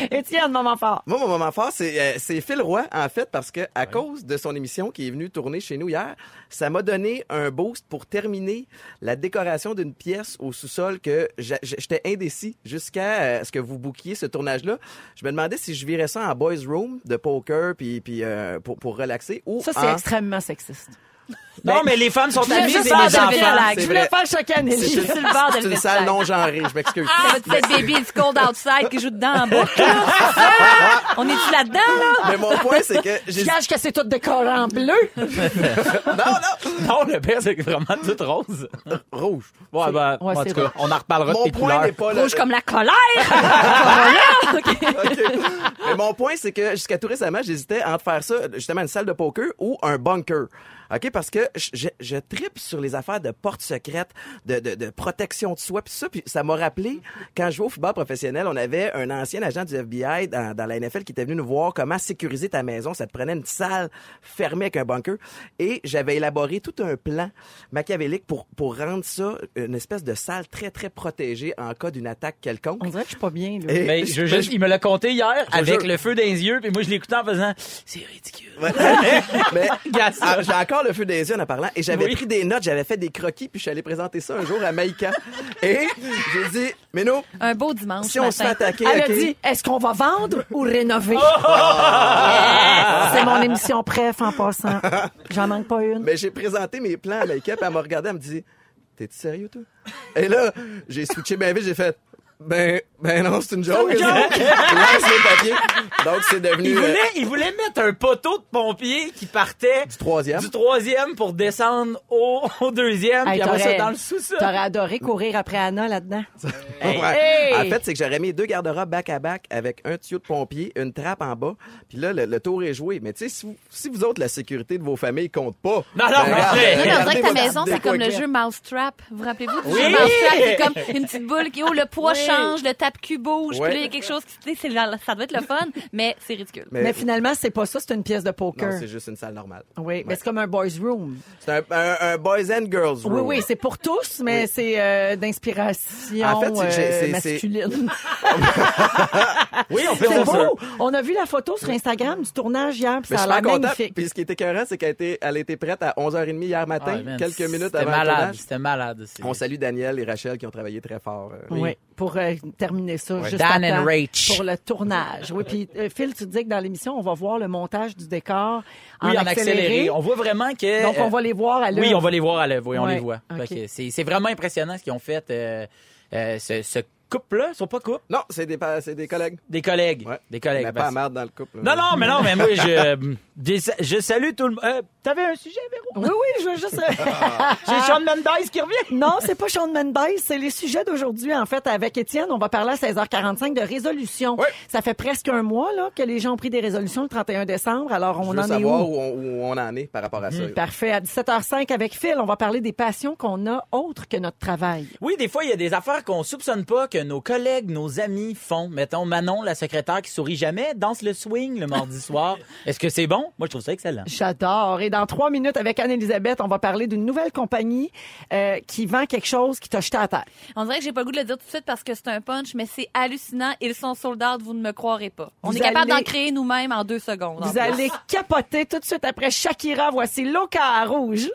[SPEAKER 3] Étienne, moment fort.
[SPEAKER 5] Moi, mon moment fort, c'est euh, c'est Phil Roy, en fait, parce que à cause de son émission qui est venue tourner chez nous hier, ça m'a donné un boost pour terminer la décoration d'une pièce au sous-sol que j'a- j'a- j'étais indécis jusqu'à euh, ce que vous bouquiez ce tournage-là. Je me demandais si je virais ça en boys room de poker puis, puis euh, pour, pour relaxer ou
[SPEAKER 3] Ça, c'est
[SPEAKER 5] en-
[SPEAKER 3] extrêmement sexiste.
[SPEAKER 6] non, mais les femmes sont
[SPEAKER 3] Je voulais
[SPEAKER 6] amies et
[SPEAKER 3] juste
[SPEAKER 6] les
[SPEAKER 3] faire
[SPEAKER 6] enfants.
[SPEAKER 3] choquer Alex.
[SPEAKER 5] c'est
[SPEAKER 3] Je voulais
[SPEAKER 5] vrai.
[SPEAKER 3] faire choquer Anneli.
[SPEAKER 5] C'est une,
[SPEAKER 3] Sur le bord de
[SPEAKER 5] c'est une
[SPEAKER 3] le
[SPEAKER 5] salle
[SPEAKER 3] vestiaire.
[SPEAKER 5] non genrée, je m'excuse.
[SPEAKER 4] Ah, Votre petite baby, it's cold outside, qui joue dedans en boucle, là. Ah, On est-tu là-dedans, là?
[SPEAKER 5] Mais mon point, c'est que j'ai...
[SPEAKER 3] Je gage que c'est tout décoré en bleu.
[SPEAKER 5] Non, non!
[SPEAKER 6] Non, le père, c'est vraiment tout rose.
[SPEAKER 5] Rouge.
[SPEAKER 6] Ouais, ben,
[SPEAKER 3] ouais,
[SPEAKER 6] en
[SPEAKER 3] c'est
[SPEAKER 6] tout cas,
[SPEAKER 3] vrai.
[SPEAKER 6] on en reparlera de
[SPEAKER 5] Mon
[SPEAKER 6] tes couleurs.
[SPEAKER 5] point n'est pas là.
[SPEAKER 4] Rouge comme la colère!
[SPEAKER 5] OK. Mais mon point, c'est que jusqu'à tout récemment, j'hésitais entre faire ça, justement, une salle de poker ou un bunker. OK? Parce que je, je, je tripe sur les affaires de porte secrète, de, de, de protection de soi, puis ça. Puis ça m'a rappelé, quand je jouais au football professionnel, on avait un ancien agent du FBI dans, dans la NFL qui était venu nous voir comment sécuriser ta maison. Ça te prenait une salle fermée avec un bunker. Et j'avais élaboré tout un plan machiavélique pour, pour rendre ça une espèce de salle très, très protégée en cas d'une attaque quelconque.
[SPEAKER 3] On dirait que je suis pas bien, là.
[SPEAKER 5] Et-
[SPEAKER 6] Mais je, veux
[SPEAKER 5] mais
[SPEAKER 6] juste, il me l'a conté hier avec
[SPEAKER 5] jure.
[SPEAKER 6] le feu dans les yeux, puis moi je l'écoutais en faisant c'est ridicule.
[SPEAKER 5] Mais
[SPEAKER 6] Regarde ça.
[SPEAKER 5] ah, j'ai encore le feu des yeux en en parlant. Et j'avais
[SPEAKER 6] Oui.
[SPEAKER 5] pris des notes, j'avais fait des croquis, puis je suis allé présenter ça un jour à Maïka. Et j'ai dit, mais non,
[SPEAKER 4] Un beau dimanche
[SPEAKER 5] si on se fait
[SPEAKER 4] matin.
[SPEAKER 5] attaquer,
[SPEAKER 3] Elle a
[SPEAKER 5] ok,
[SPEAKER 3] dit, est-ce qu'on va vendre ou rénover? C'est mon émission préf en passant. J'en manque pas une.
[SPEAKER 5] mais j'ai présenté mes plans à Maïka, puis elle m'a regardé, elle me dit, t'es sérieux, toi? Et là, j'ai switché bien vite, j'ai fait, ben, ben non, c'est une joke.
[SPEAKER 6] C'est une joke.
[SPEAKER 5] Lance les papiers. Donc, c'est devenu
[SPEAKER 6] Il
[SPEAKER 5] euh,
[SPEAKER 6] voulait, il voulait mettre un poteau de pompier qui partait du
[SPEAKER 5] troisième.
[SPEAKER 6] du troisième pour descendre au, au deuxième,
[SPEAKER 3] Hey,
[SPEAKER 6] puis après ça
[SPEAKER 3] t'aurais-
[SPEAKER 6] dans le sous-sol.
[SPEAKER 3] T'aurais adoré courir après Anna là-dedans.
[SPEAKER 5] Ouais.
[SPEAKER 3] Hey!
[SPEAKER 5] En fait, c'est que j'aurais mis deux garde-robes back-à-back avec un tuyau de pompier, une trappe en bas. Puis là, le, le tour est joué. Mais tu sais, si vous, si vous autres, la sécurité de vos familles compte pas.
[SPEAKER 6] Non, non, mais
[SPEAKER 4] Non,
[SPEAKER 5] regarde,
[SPEAKER 6] c'est-
[SPEAKER 4] mais on dirait que
[SPEAKER 5] regardez
[SPEAKER 4] ta
[SPEAKER 5] votre
[SPEAKER 4] maison,
[SPEAKER 5] idée
[SPEAKER 4] c'est comme le
[SPEAKER 5] quoi,
[SPEAKER 4] jeu Mousetrap. Vous rappelez-vous du
[SPEAKER 6] Oui.
[SPEAKER 4] jeu Mousetrap? C'est comme une petite boule qui, oh, le poids change, le tape-cul bouge,
[SPEAKER 5] Ouais.
[SPEAKER 4] puis là, il y a quelque chose qui, tu sais, c'est la- ça doit être le fun, mais c'est ridicule.
[SPEAKER 5] Mais,
[SPEAKER 3] Mais finalement, c'est pas ça, c'est une pièce de poker.
[SPEAKER 5] non, c'est juste une salle normale.
[SPEAKER 3] Oui, mais c'est comme un boys room.
[SPEAKER 5] C'est un, un- un boys and girls room.
[SPEAKER 3] Oui, oui, c'est pour tous, mais c'est euh, d'inspiration
[SPEAKER 5] En fait, c'est-
[SPEAKER 3] euh,
[SPEAKER 5] c'est- c'est-
[SPEAKER 3] masculine.
[SPEAKER 6] Oui, on fait
[SPEAKER 3] C'est
[SPEAKER 6] ça.
[SPEAKER 3] beau. On a vu la photo sur Instagram du tournage hier, puis
[SPEAKER 5] Mais
[SPEAKER 3] ça a
[SPEAKER 5] je suis
[SPEAKER 3] l'air
[SPEAKER 5] pas content.
[SPEAKER 3] magnifique.
[SPEAKER 5] Puis ce qui était écœurant, c'est qu'elle était, elle était prête à 11h30 hier
[SPEAKER 6] Ah,
[SPEAKER 5] matin,
[SPEAKER 6] man,
[SPEAKER 5] quelques minutes
[SPEAKER 6] c'était
[SPEAKER 5] avant le
[SPEAKER 6] malade,
[SPEAKER 5] tournage.
[SPEAKER 6] C'était malade. c'est-
[SPEAKER 5] On salue Daniel et Rachel qui ont travaillé très fort. euh,
[SPEAKER 3] Oui, pour euh, terminer ça juste
[SPEAKER 6] Dan
[SPEAKER 3] à
[SPEAKER 6] and
[SPEAKER 3] temps
[SPEAKER 6] Rach.
[SPEAKER 3] pour le tournage. Oui, puis euh, Phil, tu disais que dans l'émission, on va voir le montage du décor
[SPEAKER 6] Oui,
[SPEAKER 3] en, accéléré.
[SPEAKER 6] On voit vraiment que.
[SPEAKER 3] Donc, on
[SPEAKER 6] euh,
[SPEAKER 3] va les voir à l'heure.
[SPEAKER 6] Oui, on va les voir à l'œuvre. Oui, on
[SPEAKER 3] Ouais,
[SPEAKER 6] les voit. Fait
[SPEAKER 3] ok.
[SPEAKER 6] que C'est c'est vraiment impressionnant ce qu'ils ont fait. euh, euh, ce ce couple-là, ils sont pas couple,
[SPEAKER 5] Non, c'est des, pa- c'est des collègues.
[SPEAKER 6] des collègues.
[SPEAKER 5] Ouais. On
[SPEAKER 6] Des collègues.
[SPEAKER 5] n'a pas à
[SPEAKER 6] parce-
[SPEAKER 5] marre dans le couple.
[SPEAKER 6] Non, non, mais non, mais moi, je, je, je salue tout le monde. Euh, T'avais un sujet, Véro?
[SPEAKER 3] Oui, oui, je veux juste... euh, Ah.
[SPEAKER 6] J'ai Sean Mendes qui revient.
[SPEAKER 3] Non, c'est pas Sean Mendes, c'est les sujets d'aujourd'hui. En fait, avec Étienne, on va parler à 16h45 de résolution.
[SPEAKER 5] Oui.
[SPEAKER 3] Ça fait presque un mois là, que les gens ont pris des résolutions le 31 décembre, alors on
[SPEAKER 5] Je veux
[SPEAKER 3] en est
[SPEAKER 5] savoir
[SPEAKER 3] où? Mhm.
[SPEAKER 5] Où, on, où on en est par rapport à ça.
[SPEAKER 3] Parfait. À 17h05 avec Phil, on va parler des passions qu'on a autres que notre travail.
[SPEAKER 6] Oui, des fois, il y a des affaires qu'on soupçonne pas que nos collègues, nos amis font. Mettons, Manon, la secrétaire qui sourit jamais, danse le swing le mardi soir. Est-ce que c'est bon? Moi, je trouve ça excellent.
[SPEAKER 3] J'adore. Et dans trois minutes, avec Anne-Elisabeth, on va parler d'une nouvelle compagnie euh, qui vend quelque chose qui t'a jeté à terre.
[SPEAKER 4] On dirait que j'ai pas le goût de le dire tout de suite parce que c'est un punch, mais c'est hallucinant. Ils sont sold out, vous ne me croirez pas. On
[SPEAKER 3] Vous
[SPEAKER 4] est capable
[SPEAKER 3] allez-
[SPEAKER 4] d'en créer nous-mêmes en deux secondes. en
[SPEAKER 3] Vous
[SPEAKER 4] plus.
[SPEAKER 3] allez capoter tout de suite après Shakira. Voici Loca à rouge.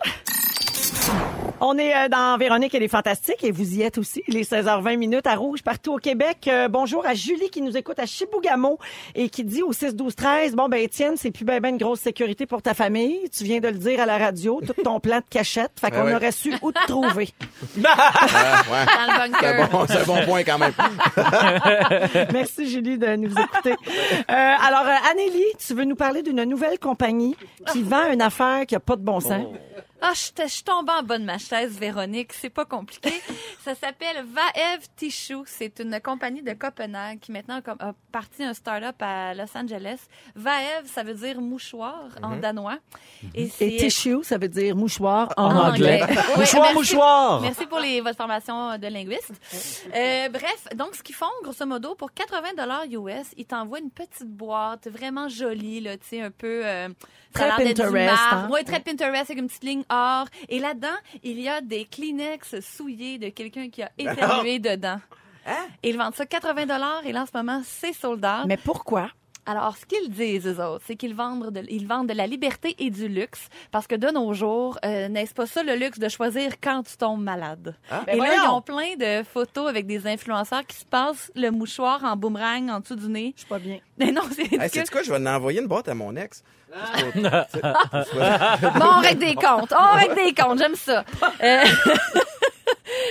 [SPEAKER 3] On est euh, dans Véronique et les Fantastiques et vous y êtes aussi. Il est 16h20 minutes à Rouge, partout au Québec. Euh, bonjour à Julie qui nous écoute à Chibougamau et qui dit au 6-12-13, bon ben Étienne, c'est plus ben ben une grosse sécurité pour ta famille. Tu viens de le dire à la radio, tout ton plan de cachette. Fait qu'on
[SPEAKER 5] ouais.
[SPEAKER 3] aurait su où te trouver.
[SPEAKER 5] Ah,
[SPEAKER 4] Dans le
[SPEAKER 5] ouais. C'est
[SPEAKER 4] bunker.
[SPEAKER 5] un, bon, c'est un bon point quand même.
[SPEAKER 3] Merci Julie de nous écouter. Euh, alors euh, Annélie, tu veux nous parler d'une nouvelle compagnie qui vend une affaire qui a pas de bon sens.
[SPEAKER 4] Ah, je t- je tombe en bas de ma chaise, Véronique. C'est pas compliqué. Ça s'appelle Vaev Tissue. C'est une compagnie de Copenhague qui maintenant a com- a parti un start-up à Los Angeles. Vaev, ça veut dire mouchoir en danois. Et
[SPEAKER 3] Et
[SPEAKER 4] c'est
[SPEAKER 3] tissue, ça veut dire mouchoir en,
[SPEAKER 6] En
[SPEAKER 3] anglais.
[SPEAKER 6] anglais. Mouchoir,
[SPEAKER 4] merci.
[SPEAKER 6] mouchoir.
[SPEAKER 4] ben, Merci pour les, votre formation de linguiste. Euh, bref, donc ce qu'ils font, grosso modo, pour 80 dollars US, ils t'envoient une petite boîte vraiment jolie, là, tu sais, un peu euh, ça a
[SPEAKER 3] Très
[SPEAKER 4] l'air d'être du
[SPEAKER 3] Pinterest,
[SPEAKER 4] marbre.
[SPEAKER 3] hein?
[SPEAKER 4] Ouais, très Pinterest avec une petite ligne or. Et là-dedans, il y a des Kleenex souillés de quelqu'un qui a éternué dedans.
[SPEAKER 3] Hein?
[SPEAKER 4] Et Ils vendent ça 80 dollars et là en ce moment c'est sold out.
[SPEAKER 3] Mais pourquoi?
[SPEAKER 4] Alors, ce qu'ils disent, eux autres, c'est qu'ils vendent, de, ils vendent de la liberté et du luxe, parce que de nos jours, euh, n'est-ce pas ça le luxe de choisir quand tu tombes malade? Et
[SPEAKER 7] Ben
[SPEAKER 4] là, ils
[SPEAKER 7] voyons.
[SPEAKER 4] ont plein de photos avec des influenceurs qui se passent le mouchoir en boomerang en dessous du nez.
[SPEAKER 3] Je suis pas bien.
[SPEAKER 4] Mais non, c'est
[SPEAKER 5] Hey,
[SPEAKER 4] ridicule.
[SPEAKER 5] sais-tu quoi? Je vais en envoyer une boîte à mon ex.
[SPEAKER 4] Bon, on règle des comptes. On règle des comptes. J'aime ça. Euh,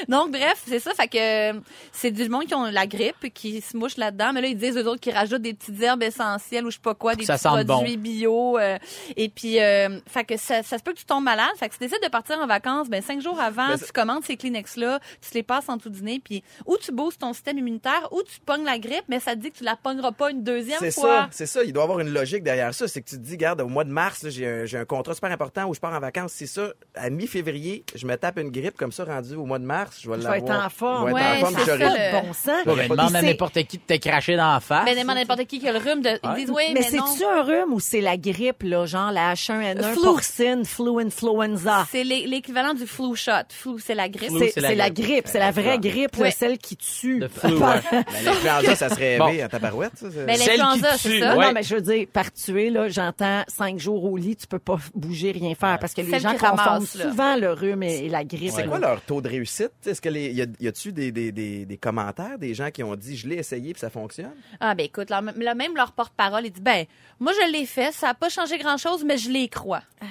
[SPEAKER 4] Donc, bref, c'est ça. Fait que euh, c'est du monde qui ont la grippe, qui se mouche là-dedans. Mais là, ils disent, eux autres, qui rajoutent des petites herbes essentielles ou je sais pas quoi, des
[SPEAKER 6] Ça
[SPEAKER 4] petits
[SPEAKER 6] sente
[SPEAKER 4] produits bio. euh, et puis, euh, fait que ça, ça se peut que tu tombes malade. Fait que si tu décides de partir en vacances, ben cinq jours avant,
[SPEAKER 5] Ben,
[SPEAKER 4] tu commandes ces Kleenex-là, tu te les passes en tout dîner, puis ou tu boostes ton système immunitaire, ou tu pognes la grippe, mais ça te dit que tu la pogneras pas une deuxième
[SPEAKER 5] C'est
[SPEAKER 4] fois.
[SPEAKER 5] ça, c'est ça. Il doit y avoir une logique derrière ça. C'est que tu te dis, regarde, au mois de mars, là, j'ai un, j'ai un contrat super important où je pars en vacances. C'est ça, à mi-février, je me tape une grippe comme ça, rendu au mois de mars, je vais
[SPEAKER 3] Je
[SPEAKER 5] l'avoir.
[SPEAKER 3] vais être en forme.
[SPEAKER 5] Je vais être
[SPEAKER 4] Ouais,
[SPEAKER 5] en forme,
[SPEAKER 4] c'est
[SPEAKER 5] je
[SPEAKER 4] ça,
[SPEAKER 5] serai-
[SPEAKER 4] le-
[SPEAKER 3] bon sens.
[SPEAKER 6] Ouais, ben,
[SPEAKER 3] Puis
[SPEAKER 6] demande à
[SPEAKER 3] c'est-
[SPEAKER 6] n'importe qui de te cracher dans la face.
[SPEAKER 4] Ben, demande à n'importe qui qui a le rhume de, ils disent, oui,
[SPEAKER 3] Mais,
[SPEAKER 4] mais, non.
[SPEAKER 3] c'est-tu un rhume ou c'est la grippe, là, genre la H1N1,
[SPEAKER 4] Flu.
[SPEAKER 3] porcine, flu, influenza?
[SPEAKER 4] C'est l'é- l'équivalent du flu shot. Flu, c'est la grippe.
[SPEAKER 6] Flu,
[SPEAKER 3] C'est c'est
[SPEAKER 6] c'est la
[SPEAKER 3] la,
[SPEAKER 6] grippe.
[SPEAKER 3] grippe, c'est la vraie grippe, là,
[SPEAKER 4] Ouais.
[SPEAKER 3] celle qui tue.
[SPEAKER 6] Le flu, ouais.
[SPEAKER 5] Ben, L'influenza, ça serait
[SPEAKER 6] Bon.
[SPEAKER 5] aimé à tabarouette. Ça, c'est-
[SPEAKER 4] Ben,
[SPEAKER 6] Celle qui
[SPEAKER 4] l'influenza,
[SPEAKER 6] tue,
[SPEAKER 4] c'est
[SPEAKER 3] Ah, Non,
[SPEAKER 4] ça.
[SPEAKER 6] ouais.
[SPEAKER 3] non, mais je veux dire, par tuer, là, j'entends cinq jours au lit, tu peux pas bouger, rien faire, parce que les
[SPEAKER 4] Celle
[SPEAKER 3] gens
[SPEAKER 4] qui
[SPEAKER 3] confondent
[SPEAKER 4] ramasse, là.
[SPEAKER 3] souvent le rhume et, et la grippe.
[SPEAKER 5] C'est
[SPEAKER 3] là.
[SPEAKER 5] quoi leur taux de réussite? Est-ce que les, y a, y a-tu des, des, des, des commentaires des gens qui ont dit je l'ai essayé puis ça fonctionne?
[SPEAKER 4] Ah, ben écoute, leur- le- même leur porte-parole, il dit, ben, moi, je l'ai fait, ça n'a pas changé grand-chose, mais je les crois.
[SPEAKER 3] Ah,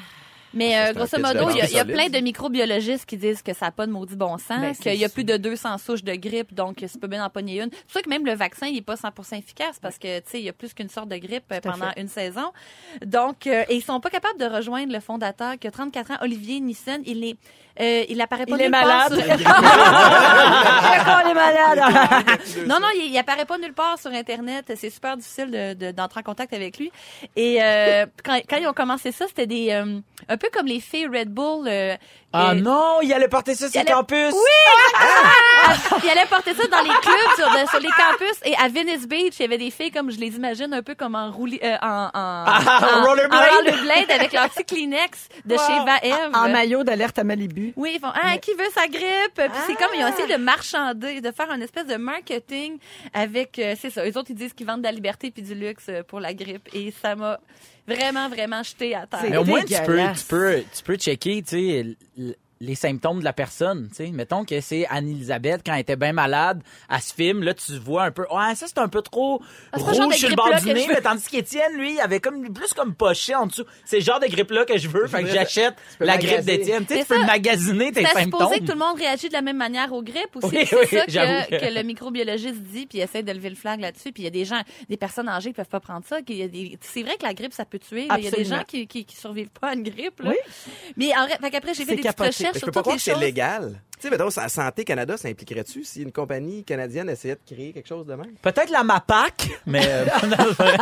[SPEAKER 4] Mais euh,
[SPEAKER 5] c'est un
[SPEAKER 4] grosso
[SPEAKER 5] pitch
[SPEAKER 4] modo, il y a,
[SPEAKER 5] de
[SPEAKER 4] il y a
[SPEAKER 5] solide.
[SPEAKER 4] plein de microbiologistes qui disent que ça n'a pas de maudit bon sens,
[SPEAKER 3] Ben, c'est
[SPEAKER 4] qu'il y a
[SPEAKER 3] ça.
[SPEAKER 4] plus de 200 souches de grippe, donc tu peux bien en pogner une. C'est pour ça que même le vaccin, il n'est pas 100 efficace parce que, tu sais, il y a plus qu'une sorte de grippe euh,
[SPEAKER 3] Tout à
[SPEAKER 4] pendant une saison. Donc, euh, et ils sont pas capables de rejoindre le fondateur qui a 34 ans, Olivier Nissen. Il est, euh, il apparaît pas
[SPEAKER 3] Il est
[SPEAKER 4] nulle part
[SPEAKER 3] malade.
[SPEAKER 4] sur-
[SPEAKER 3] Ah, on est malade!
[SPEAKER 4] Non, non, il, il apparaît pas nulle part sur Internet. C'est super difficile de- de- d'entrer en contact avec lui. Et euh, quand, quand ils ont commencé ça, c'était des euh, un peu comme les filles Red Bull. euh,
[SPEAKER 6] Ah
[SPEAKER 4] euh,
[SPEAKER 6] non, il allait porter ça sur
[SPEAKER 4] Il
[SPEAKER 6] le
[SPEAKER 4] allait-
[SPEAKER 6] campus.
[SPEAKER 4] ah, Ils allaient porter ça dans les clubs, sur, de- sur les campus. Et à Venice Beach, il y avait des filles, comme je les imagine, un peu comme en, rouli, euh, en, en, en-
[SPEAKER 6] Ah, rollerblade.
[SPEAKER 4] en rollerblade avec leur petit Kleenex de chez Vaev.
[SPEAKER 6] Ah,
[SPEAKER 3] en maillot d'alerte à Malibu.
[SPEAKER 4] Oui, ils font ah qui veut sa grippe. Puis c'est comme ils ont
[SPEAKER 3] Ah!
[SPEAKER 4] essayé de marchander, de faire un espèce de marketing avec euh, c'est ça. Les autres ils disent qu'ils vendent de la liberté puis du luxe euh, pour la grippe et ça m'a vraiment vraiment jeté à
[SPEAKER 3] C'est-
[SPEAKER 6] Mais
[SPEAKER 4] terre.
[SPEAKER 6] au moins, tu peux,
[SPEAKER 3] dégueulasse.
[SPEAKER 6] tu peux, tu peux checker, tu sais, l- les symptômes de la personne, tu sais. Mettons que c'est Anne-Elisabeth, quand elle était bien malade, à ce film, là, tu vois un peu, ouais, ça, c'est un peu trop
[SPEAKER 4] Ah, c'est pas le genre
[SPEAKER 6] rouge
[SPEAKER 4] de
[SPEAKER 6] sur le
[SPEAKER 4] grippe-là
[SPEAKER 6] bord
[SPEAKER 4] que
[SPEAKER 6] du nez,
[SPEAKER 4] je veux.
[SPEAKER 6] mais tandis qu'Étienne, lui, il avait comme, plus comme poché en dessous. C'est le genre de grippe-là que je veux, fait que j'achète
[SPEAKER 5] peux
[SPEAKER 6] la
[SPEAKER 5] magasiner.
[SPEAKER 6] grippe d'Étienne. Tu sais,
[SPEAKER 4] Mais
[SPEAKER 6] tu peux
[SPEAKER 4] ça,
[SPEAKER 6] magasiner tes
[SPEAKER 4] C'est
[SPEAKER 6] symptômes.
[SPEAKER 4] supposé que tout le monde réagit de la même manière aux grippes aussi.
[SPEAKER 6] Oui,
[SPEAKER 4] Puis c'est
[SPEAKER 6] oui,
[SPEAKER 4] ça
[SPEAKER 6] j'avoue
[SPEAKER 4] que,
[SPEAKER 6] que-
[SPEAKER 4] que le microbiologiste dit puis il essaie de lever le flag là-dessus. Puis il y a des gens, des personnes âgées qui peuvent pas prendre ça. qu'il y a des- C'est vrai que la grippe ça peut tuer. là. Il y a des
[SPEAKER 3] Absolument.
[SPEAKER 4] gens qui, qui, qui survivent pas à une grippe. Là.
[SPEAKER 3] Oui.
[SPEAKER 4] Mais en vrai- fait qu'après j'ai
[SPEAKER 3] C'est
[SPEAKER 4] fait des
[SPEAKER 3] capoté.
[SPEAKER 4] petites recherches
[SPEAKER 5] Je
[SPEAKER 4] sur
[SPEAKER 5] peux pas
[SPEAKER 4] toutes
[SPEAKER 5] croire
[SPEAKER 4] les
[SPEAKER 5] que c'est
[SPEAKER 4] choses.
[SPEAKER 5] légal. Tu sais, mettons, sa- Santé Canada, ça impliquerait-tu si une compagnie canadienne essayait de créer quelque chose de même?
[SPEAKER 6] Peut-être la MAPAC, mais euh,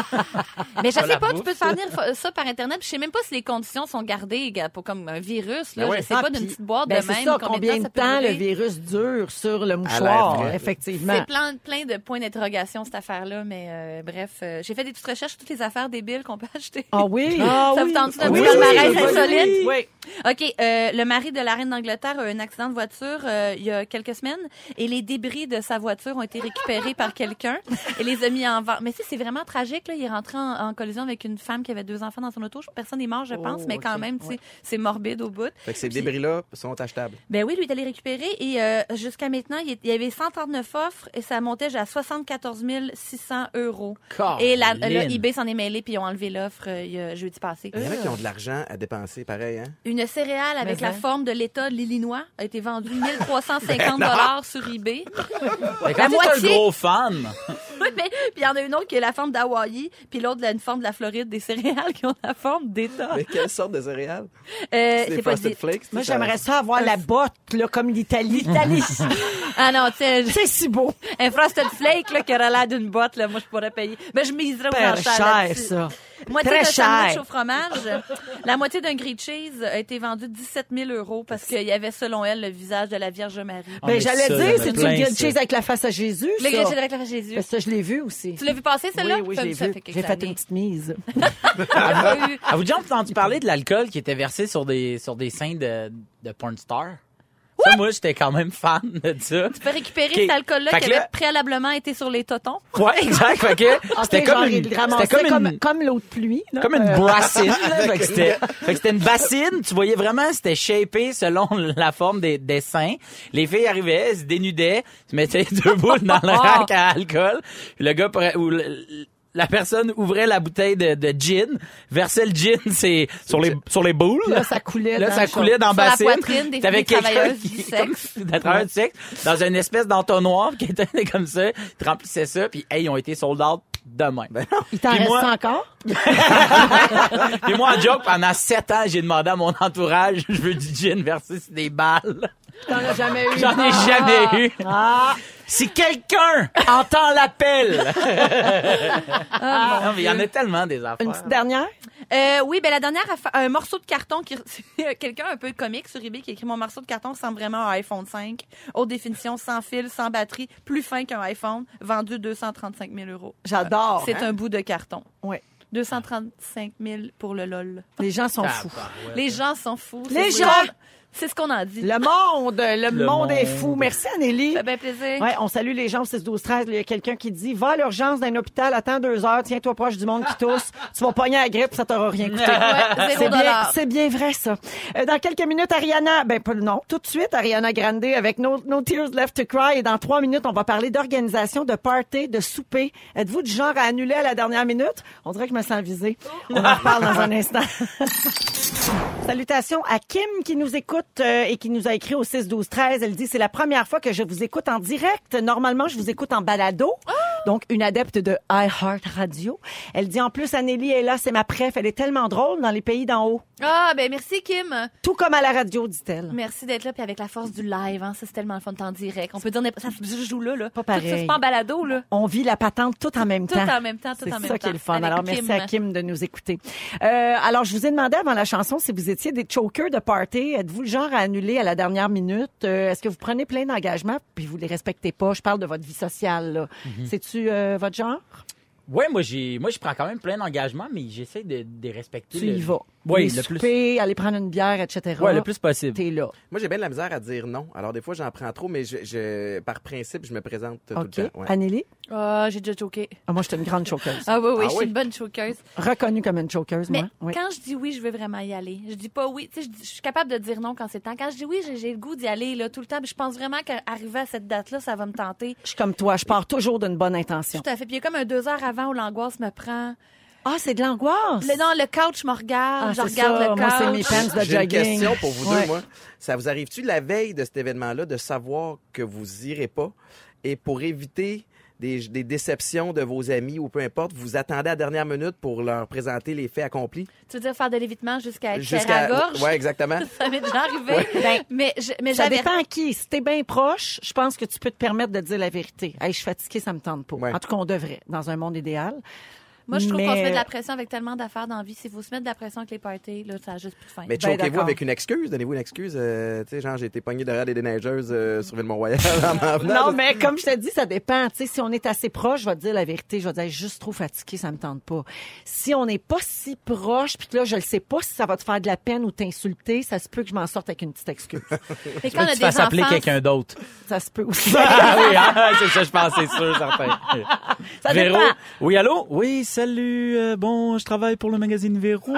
[SPEAKER 4] Mais je
[SPEAKER 6] Pas la
[SPEAKER 4] sais pas, tu
[SPEAKER 6] bouffe.
[SPEAKER 4] peux te faire venir fa- ça par Internet. puis Je sais même pas si les conditions sont gardées gars, pour comme un virus. Là.
[SPEAKER 6] Ben ouais.
[SPEAKER 4] Je sais
[SPEAKER 3] Ah,
[SPEAKER 4] pas d'une
[SPEAKER 3] puis-
[SPEAKER 4] petite boîte
[SPEAKER 3] Ben,
[SPEAKER 4] de
[SPEAKER 3] c'est
[SPEAKER 4] même.
[SPEAKER 3] ça,
[SPEAKER 4] combien de temps, ça peut
[SPEAKER 3] le
[SPEAKER 4] durer.
[SPEAKER 3] virus dure sur le
[SPEAKER 5] l'air
[SPEAKER 3] mouchoir,
[SPEAKER 5] vrai.
[SPEAKER 3] effectivement.
[SPEAKER 4] C'est plein, plein de points d'interrogation, cette affaire-là. Mais euh, bref, euh, j'ai fait des petites recherches sur toutes les affaires débiles qu'on peut acheter.
[SPEAKER 3] Ah oui?
[SPEAKER 4] Ça vous tente-tu d'un
[SPEAKER 3] Ah
[SPEAKER 4] petit
[SPEAKER 3] oui,
[SPEAKER 4] palmarès
[SPEAKER 3] oui,
[SPEAKER 4] insolite?
[SPEAKER 3] Oui.
[SPEAKER 4] OK, euh, le mari de la reine d'Angleterre a eu un accident de voiture voiture euh, il y a quelques semaines et les débris de sa voiture ont été récupérés par quelqu'un et les a mis en vente. Mais si c'est vraiment tragique là, il est rentré en, en collision avec une femme qui avait deux enfants dans son auto. Personne n'est mort, je pense,
[SPEAKER 3] Oh,
[SPEAKER 4] mais quand
[SPEAKER 3] ok,
[SPEAKER 4] même, tu sais,
[SPEAKER 3] ouais.
[SPEAKER 4] c'est morbide au bout.
[SPEAKER 5] Fait que ces
[SPEAKER 4] Puis-
[SPEAKER 5] débris-là sont achetables.
[SPEAKER 4] Ben oui, lui, il est allé récupérer et euh, jusqu'à maintenant, il est- il y avait 139 offres et ça montait à 74 600 euros. Et la, là,
[SPEAKER 6] Caroline.
[SPEAKER 4] eBay s'en est mêlé puis ils ont enlevé l'offre euh, il y a- jeudi passé.
[SPEAKER 5] Il y en a qui ont de l'argent à dépenser, pareil, hein?
[SPEAKER 4] Une céréale avec
[SPEAKER 3] Mais
[SPEAKER 4] la
[SPEAKER 3] hein.
[SPEAKER 4] forme de l'État de l'Illinois a été vendue 1350
[SPEAKER 5] Ben
[SPEAKER 4] dollars sur eBay.
[SPEAKER 6] Fait que
[SPEAKER 4] La
[SPEAKER 6] quand t'es un
[SPEAKER 4] moitié.
[SPEAKER 6] gros fan,
[SPEAKER 4] Oui, mais puis il y en a une autre qui a la forme d'Hawaï, puis l'autre a une forme de la Floride, des céréales qui ont la forme d'État.
[SPEAKER 5] Mais quelle sorte de céréales?
[SPEAKER 4] Euh,
[SPEAKER 5] C'est des
[SPEAKER 4] c'est pas
[SPEAKER 5] Frosted
[SPEAKER 4] dit.
[SPEAKER 5] Flakes? tu
[SPEAKER 7] Moi,
[SPEAKER 5] sais,
[SPEAKER 7] j'aimerais ça avoir la botte, là, comme l'Italie.
[SPEAKER 3] L'Italie,
[SPEAKER 4] Ah non, tu sais,
[SPEAKER 3] c'est si beau.
[SPEAKER 4] un frosted flake là, qui aurait l'air d'une botte, là, moi je pourrais payer. Mais je miserais aux
[SPEAKER 3] Super
[SPEAKER 4] enchères
[SPEAKER 3] cher,
[SPEAKER 4] là-dessus.
[SPEAKER 3] ça.
[SPEAKER 6] Ah,
[SPEAKER 4] Moitié
[SPEAKER 3] Très
[SPEAKER 4] de sandwich
[SPEAKER 3] cher.
[SPEAKER 4] au fromage. La moitié d'un grilled cheese a été vendue 17 000 euros parce qu'il y avait, selon elle, le visage de la Vierge Marie.
[SPEAKER 6] Ah, mais
[SPEAKER 3] Ben, j'allais
[SPEAKER 6] ça,
[SPEAKER 3] dire,
[SPEAKER 6] j'en ai
[SPEAKER 3] c'est-tu
[SPEAKER 6] plein,
[SPEAKER 3] le grilled
[SPEAKER 6] ça.
[SPEAKER 3] cheese avec la face à Jésus,
[SPEAKER 4] Le grilled
[SPEAKER 3] ça?
[SPEAKER 4] cheese avec la Jésus.
[SPEAKER 3] Ben, ça, je l'ai vu aussi.
[SPEAKER 4] Tu l'as vu passer,
[SPEAKER 3] Oui,
[SPEAKER 4] celle-là?
[SPEAKER 3] oui,
[SPEAKER 4] Ça,
[SPEAKER 3] je l'ai
[SPEAKER 4] ça
[SPEAKER 3] vu.
[SPEAKER 4] fait quelques
[SPEAKER 3] J'ai fait
[SPEAKER 4] années.
[SPEAKER 3] une petite mise.
[SPEAKER 4] Ah,
[SPEAKER 6] avez-vous déjà entendu parler de l'alcool qui était versé sur des, sur des seins de, de porn star? Ça, moi, j'étais quand même fan de ça.
[SPEAKER 4] Tu peux récupérer
[SPEAKER 6] Ok.
[SPEAKER 4] cet alcool-là
[SPEAKER 6] Fait
[SPEAKER 4] qui
[SPEAKER 6] que là-
[SPEAKER 4] avait préalablement été sur les totons.
[SPEAKER 6] Ouais, exact. Fait que c'était
[SPEAKER 3] Ok,
[SPEAKER 6] comme,
[SPEAKER 3] Ah, genre,
[SPEAKER 6] une-
[SPEAKER 3] il le ramassait
[SPEAKER 6] c'était comme
[SPEAKER 3] comme,
[SPEAKER 6] une,
[SPEAKER 3] comme l'eau de pluie. là.
[SPEAKER 6] comme une
[SPEAKER 3] Euh,
[SPEAKER 6] brassine. là. fait que c'était fait que c'était une bassine. Tu voyais vraiment, c'était shapé selon la forme des, des seins. Les filles arrivaient, elles se dénudaient, se mettaient deux boules dans
[SPEAKER 3] Ah!
[SPEAKER 6] le rack à alcool. Le gars pre- ou le- la personne ouvrait la bouteille de, de gin, versait le gin c'est sur les sur les boules.
[SPEAKER 3] Là, ça coulait.
[SPEAKER 6] Là,
[SPEAKER 3] dans
[SPEAKER 6] ça
[SPEAKER 3] le
[SPEAKER 6] coulait
[SPEAKER 3] char.
[SPEAKER 6] dans
[SPEAKER 4] Sur la
[SPEAKER 6] bassine.
[SPEAKER 4] poitrine des
[SPEAKER 6] T'avais
[SPEAKER 4] filles
[SPEAKER 6] quelqu'un
[SPEAKER 4] travailleuses
[SPEAKER 6] qui,
[SPEAKER 4] du
[SPEAKER 6] comme,
[SPEAKER 4] sexe.
[SPEAKER 6] à travers du sexe, dans une espèce d'entonnoir qui était comme ça, qui remplissait ça, puis hey, ils ont été sold out demain.
[SPEAKER 3] Il t'en
[SPEAKER 6] Puis
[SPEAKER 3] reste
[SPEAKER 6] moi-
[SPEAKER 3] encore?
[SPEAKER 6] Puis moi, en joke, pendant sept ans, j'ai demandé à mon entourage, je veux du gin versus des balles.
[SPEAKER 3] T'en as jamais eu.
[SPEAKER 6] J'en ai jamais eu.
[SPEAKER 3] Ah.
[SPEAKER 6] Si quelqu'un entend l'appel. Ah, non, mais il y en a tellement des
[SPEAKER 3] Ah, Une
[SPEAKER 6] affaires.
[SPEAKER 3] petite dernière?
[SPEAKER 4] Euh, oui, ben la dernière, affa- un morceau de carton qui quelqu'un un peu comique sur eBay qui écrit mon morceau de carton ressemble vraiment à un iPhone 5, haute définition, sans fil, sans batterie, plus fin qu'un iPhone, vendu 235 000 euros.
[SPEAKER 3] J'adore.
[SPEAKER 4] C'est un bout de carton.
[SPEAKER 3] Ouais.
[SPEAKER 4] 235 000 pour le lol.
[SPEAKER 3] Les gens
[SPEAKER 6] Ah,
[SPEAKER 3] sont fous.
[SPEAKER 6] Tabarouette.
[SPEAKER 4] Les gens sont fous.
[SPEAKER 3] Les
[SPEAKER 4] C'est-
[SPEAKER 3] gens-
[SPEAKER 4] c'est ce qu'on en dit.
[SPEAKER 3] Le monde, le, monde, est
[SPEAKER 6] monde.
[SPEAKER 3] fou. Merci, Anélie.
[SPEAKER 4] Ça fait bien plaisir.
[SPEAKER 3] Ouais, on salue les gens au 6 12 13 Il y a quelqu'un qui dit Va à l'urgence d'un hôpital, attends deux heures, tiens-toi proche du monde qui tousse, tu vas pogner la grippe, ça t'aura rien coûté.
[SPEAKER 4] Ouais, zéro
[SPEAKER 3] C'est bien,
[SPEAKER 4] dollar.
[SPEAKER 3] c'est bien vrai, ça. Euh, dans quelques minutes, Ariana, ben pas- non, tout de suite, Ariana Grande avec no, No Tears Left to Cry. Et dans trois minutes, on va parler d'organisation, de party, de souper. Êtes-vous du genre à annuler à la dernière minute? On dirait que je me sens visée. On en reparle dans un instant. Salutations à Kim qui nous écoute euh, et qui nous a écrit au 6 12 13. Elle dit c'est la première fois que je vous écoute en direct. Normalement, je vous écoute en balado.
[SPEAKER 4] Ah!
[SPEAKER 3] Donc une adepte de iHeart Radio. Elle dit en plus Anélie est là, c'est ma préf, elle est tellement drôle dans les pays d'en haut.
[SPEAKER 4] Ah, ben merci, Kim.
[SPEAKER 3] Tout comme à la radio, dit-elle.
[SPEAKER 4] Merci d'être là, puis avec la force du live, hein, ça, c'est tellement le fun de temps direct. On peut dire, n'importe- ça se joue là, là. Pas
[SPEAKER 3] pareil.
[SPEAKER 4] Ça se fait en balado, là.
[SPEAKER 3] On vit la patente tout en même
[SPEAKER 4] Tout
[SPEAKER 3] temps.
[SPEAKER 4] en même temps, tout
[SPEAKER 3] C'est
[SPEAKER 4] en même temps.
[SPEAKER 3] ça qui est le fun.
[SPEAKER 4] Avec
[SPEAKER 3] Alors, merci à Kim de nous écouter. Euh, alors, je vous ai demandé avant la chanson si vous étiez des chokers de party. Êtes-vous le genre à annuler à la dernière minute? Euh, Est-ce que vous prenez plein d'engagements puis vous les respectez pas? Je parle de votre vie sociale, là.
[SPEAKER 6] Mhm.
[SPEAKER 3] C'est-tu euh, votre genre?
[SPEAKER 6] Ouais, moi, j'ai, moi, je prends quand même plein d'engagements, mais j'essaie de, de les respecter.
[SPEAKER 3] Tu
[SPEAKER 6] le-
[SPEAKER 3] y vas.
[SPEAKER 6] Oui,
[SPEAKER 3] Les
[SPEAKER 6] le plus.
[SPEAKER 3] soupers, aller prendre une bière, etc.
[SPEAKER 6] Ouais, le plus possible.
[SPEAKER 3] T'es là.
[SPEAKER 5] Moi, j'ai bien de la misère à dire non. Alors, des fois, j'en prends trop, mais je, je- par principe, je me présente tout
[SPEAKER 3] OK.
[SPEAKER 5] le temps. ouais.
[SPEAKER 3] Anneli?
[SPEAKER 4] Ah, j'ai déjà choqué.
[SPEAKER 3] Ah, moi, j'étais une grande chokeuse.
[SPEAKER 4] Ah oui, oui,
[SPEAKER 5] Ah
[SPEAKER 4] je suis
[SPEAKER 5] oui?
[SPEAKER 4] une bonne choqueuse.
[SPEAKER 3] Reconnue comme une chokeuse,
[SPEAKER 4] Mais
[SPEAKER 3] moi. Oui.
[SPEAKER 4] quand je dis oui, je veux vraiment y aller. Je dis pas oui. Tu sais, je, dis- je suis capable de dire non quand c'est temps. Quand je dis oui, j'ai, j'ai le goût d'y aller là, tout le temps. Puis je pense vraiment qu'arriver à cette date-là, ça va me tenter.
[SPEAKER 3] Je suis comme toi. Je pars toujours d'une bonne intention.
[SPEAKER 4] Tout à fait. Puis il y a comme un deux heures avant où l'angoisse me prend.
[SPEAKER 3] Ah, c'est de l'angoisse.
[SPEAKER 4] Le, non, le couch me regarde.
[SPEAKER 3] Ah,
[SPEAKER 4] je
[SPEAKER 3] c'est
[SPEAKER 4] regarde
[SPEAKER 3] ça.
[SPEAKER 4] le couch.
[SPEAKER 3] Moi, c'est mes pants. de
[SPEAKER 5] J'ai une
[SPEAKER 3] jogging.
[SPEAKER 5] question pour vous
[SPEAKER 3] Ouais.
[SPEAKER 5] deux, moi. Ça vous arrive-tu la veille de cet événement-là de savoir que vous irez pas et pour éviter des, des déceptions de vos amis ou peu importe, vous attendez à la dernière minute pour leur présenter les faits accomplis?
[SPEAKER 4] Tu veux dire faire de l'évitement jusqu'à être serré à gorge?
[SPEAKER 5] Ouais, exactement.
[SPEAKER 4] Ça m'est déjà arrivé. mais je- mais
[SPEAKER 3] Ça
[SPEAKER 4] j'avais-
[SPEAKER 3] dépend à qui. Si t'es bien proche, je pense que tu peux te permettre de dire la vérité. Hey, je suis fatiguée, ça me tente pas.
[SPEAKER 5] Ouais.
[SPEAKER 3] En tout cas, on devrait, dans un monde idéal.
[SPEAKER 4] Moi, je trouve qu'on se
[SPEAKER 7] Mais-
[SPEAKER 4] met de la pression avec tellement d'affaires dans la vie. Si vous se mettez de la pression avec les parties, là, ça a juste plus de fin.
[SPEAKER 5] Mais
[SPEAKER 7] Ben,
[SPEAKER 5] choquez-vous
[SPEAKER 7] d'accord.
[SPEAKER 5] avec une excuse. Donnez-vous une excuse. euh, tu sais, genre, j'ai été pogné derrière des déneigeuses euh, sur Ville-Mont-Royal.
[SPEAKER 4] Ah,
[SPEAKER 5] en
[SPEAKER 4] ben,
[SPEAKER 5] m'en venant.
[SPEAKER 3] Non, mais comme je te dis, ça dépend. Tu sais, si on est assez proche, je vais te dire la vérité. Je vais te dire, juste trop fatigué, ça me tente pas. Si on n'est pas si proche, puis que là, je le sais pas si ça va te faire de la peine ou t'insulter, ça se peut que je m'en sorte avec une petite excuse.
[SPEAKER 4] Mais quand
[SPEAKER 6] Là,
[SPEAKER 4] on a
[SPEAKER 6] tu fasses appeler
[SPEAKER 4] des enfants,
[SPEAKER 6] quelqu'un d'autre.
[SPEAKER 3] ça se peut aussi.
[SPEAKER 6] Ah oui, hein, c'est ça, je pense, c'est sûr, certain.
[SPEAKER 3] Ça
[SPEAKER 6] Véro?
[SPEAKER 3] dépend.
[SPEAKER 6] Oui, allô? Oui, salut. euh, bon, je travaille pour le magazine Véro.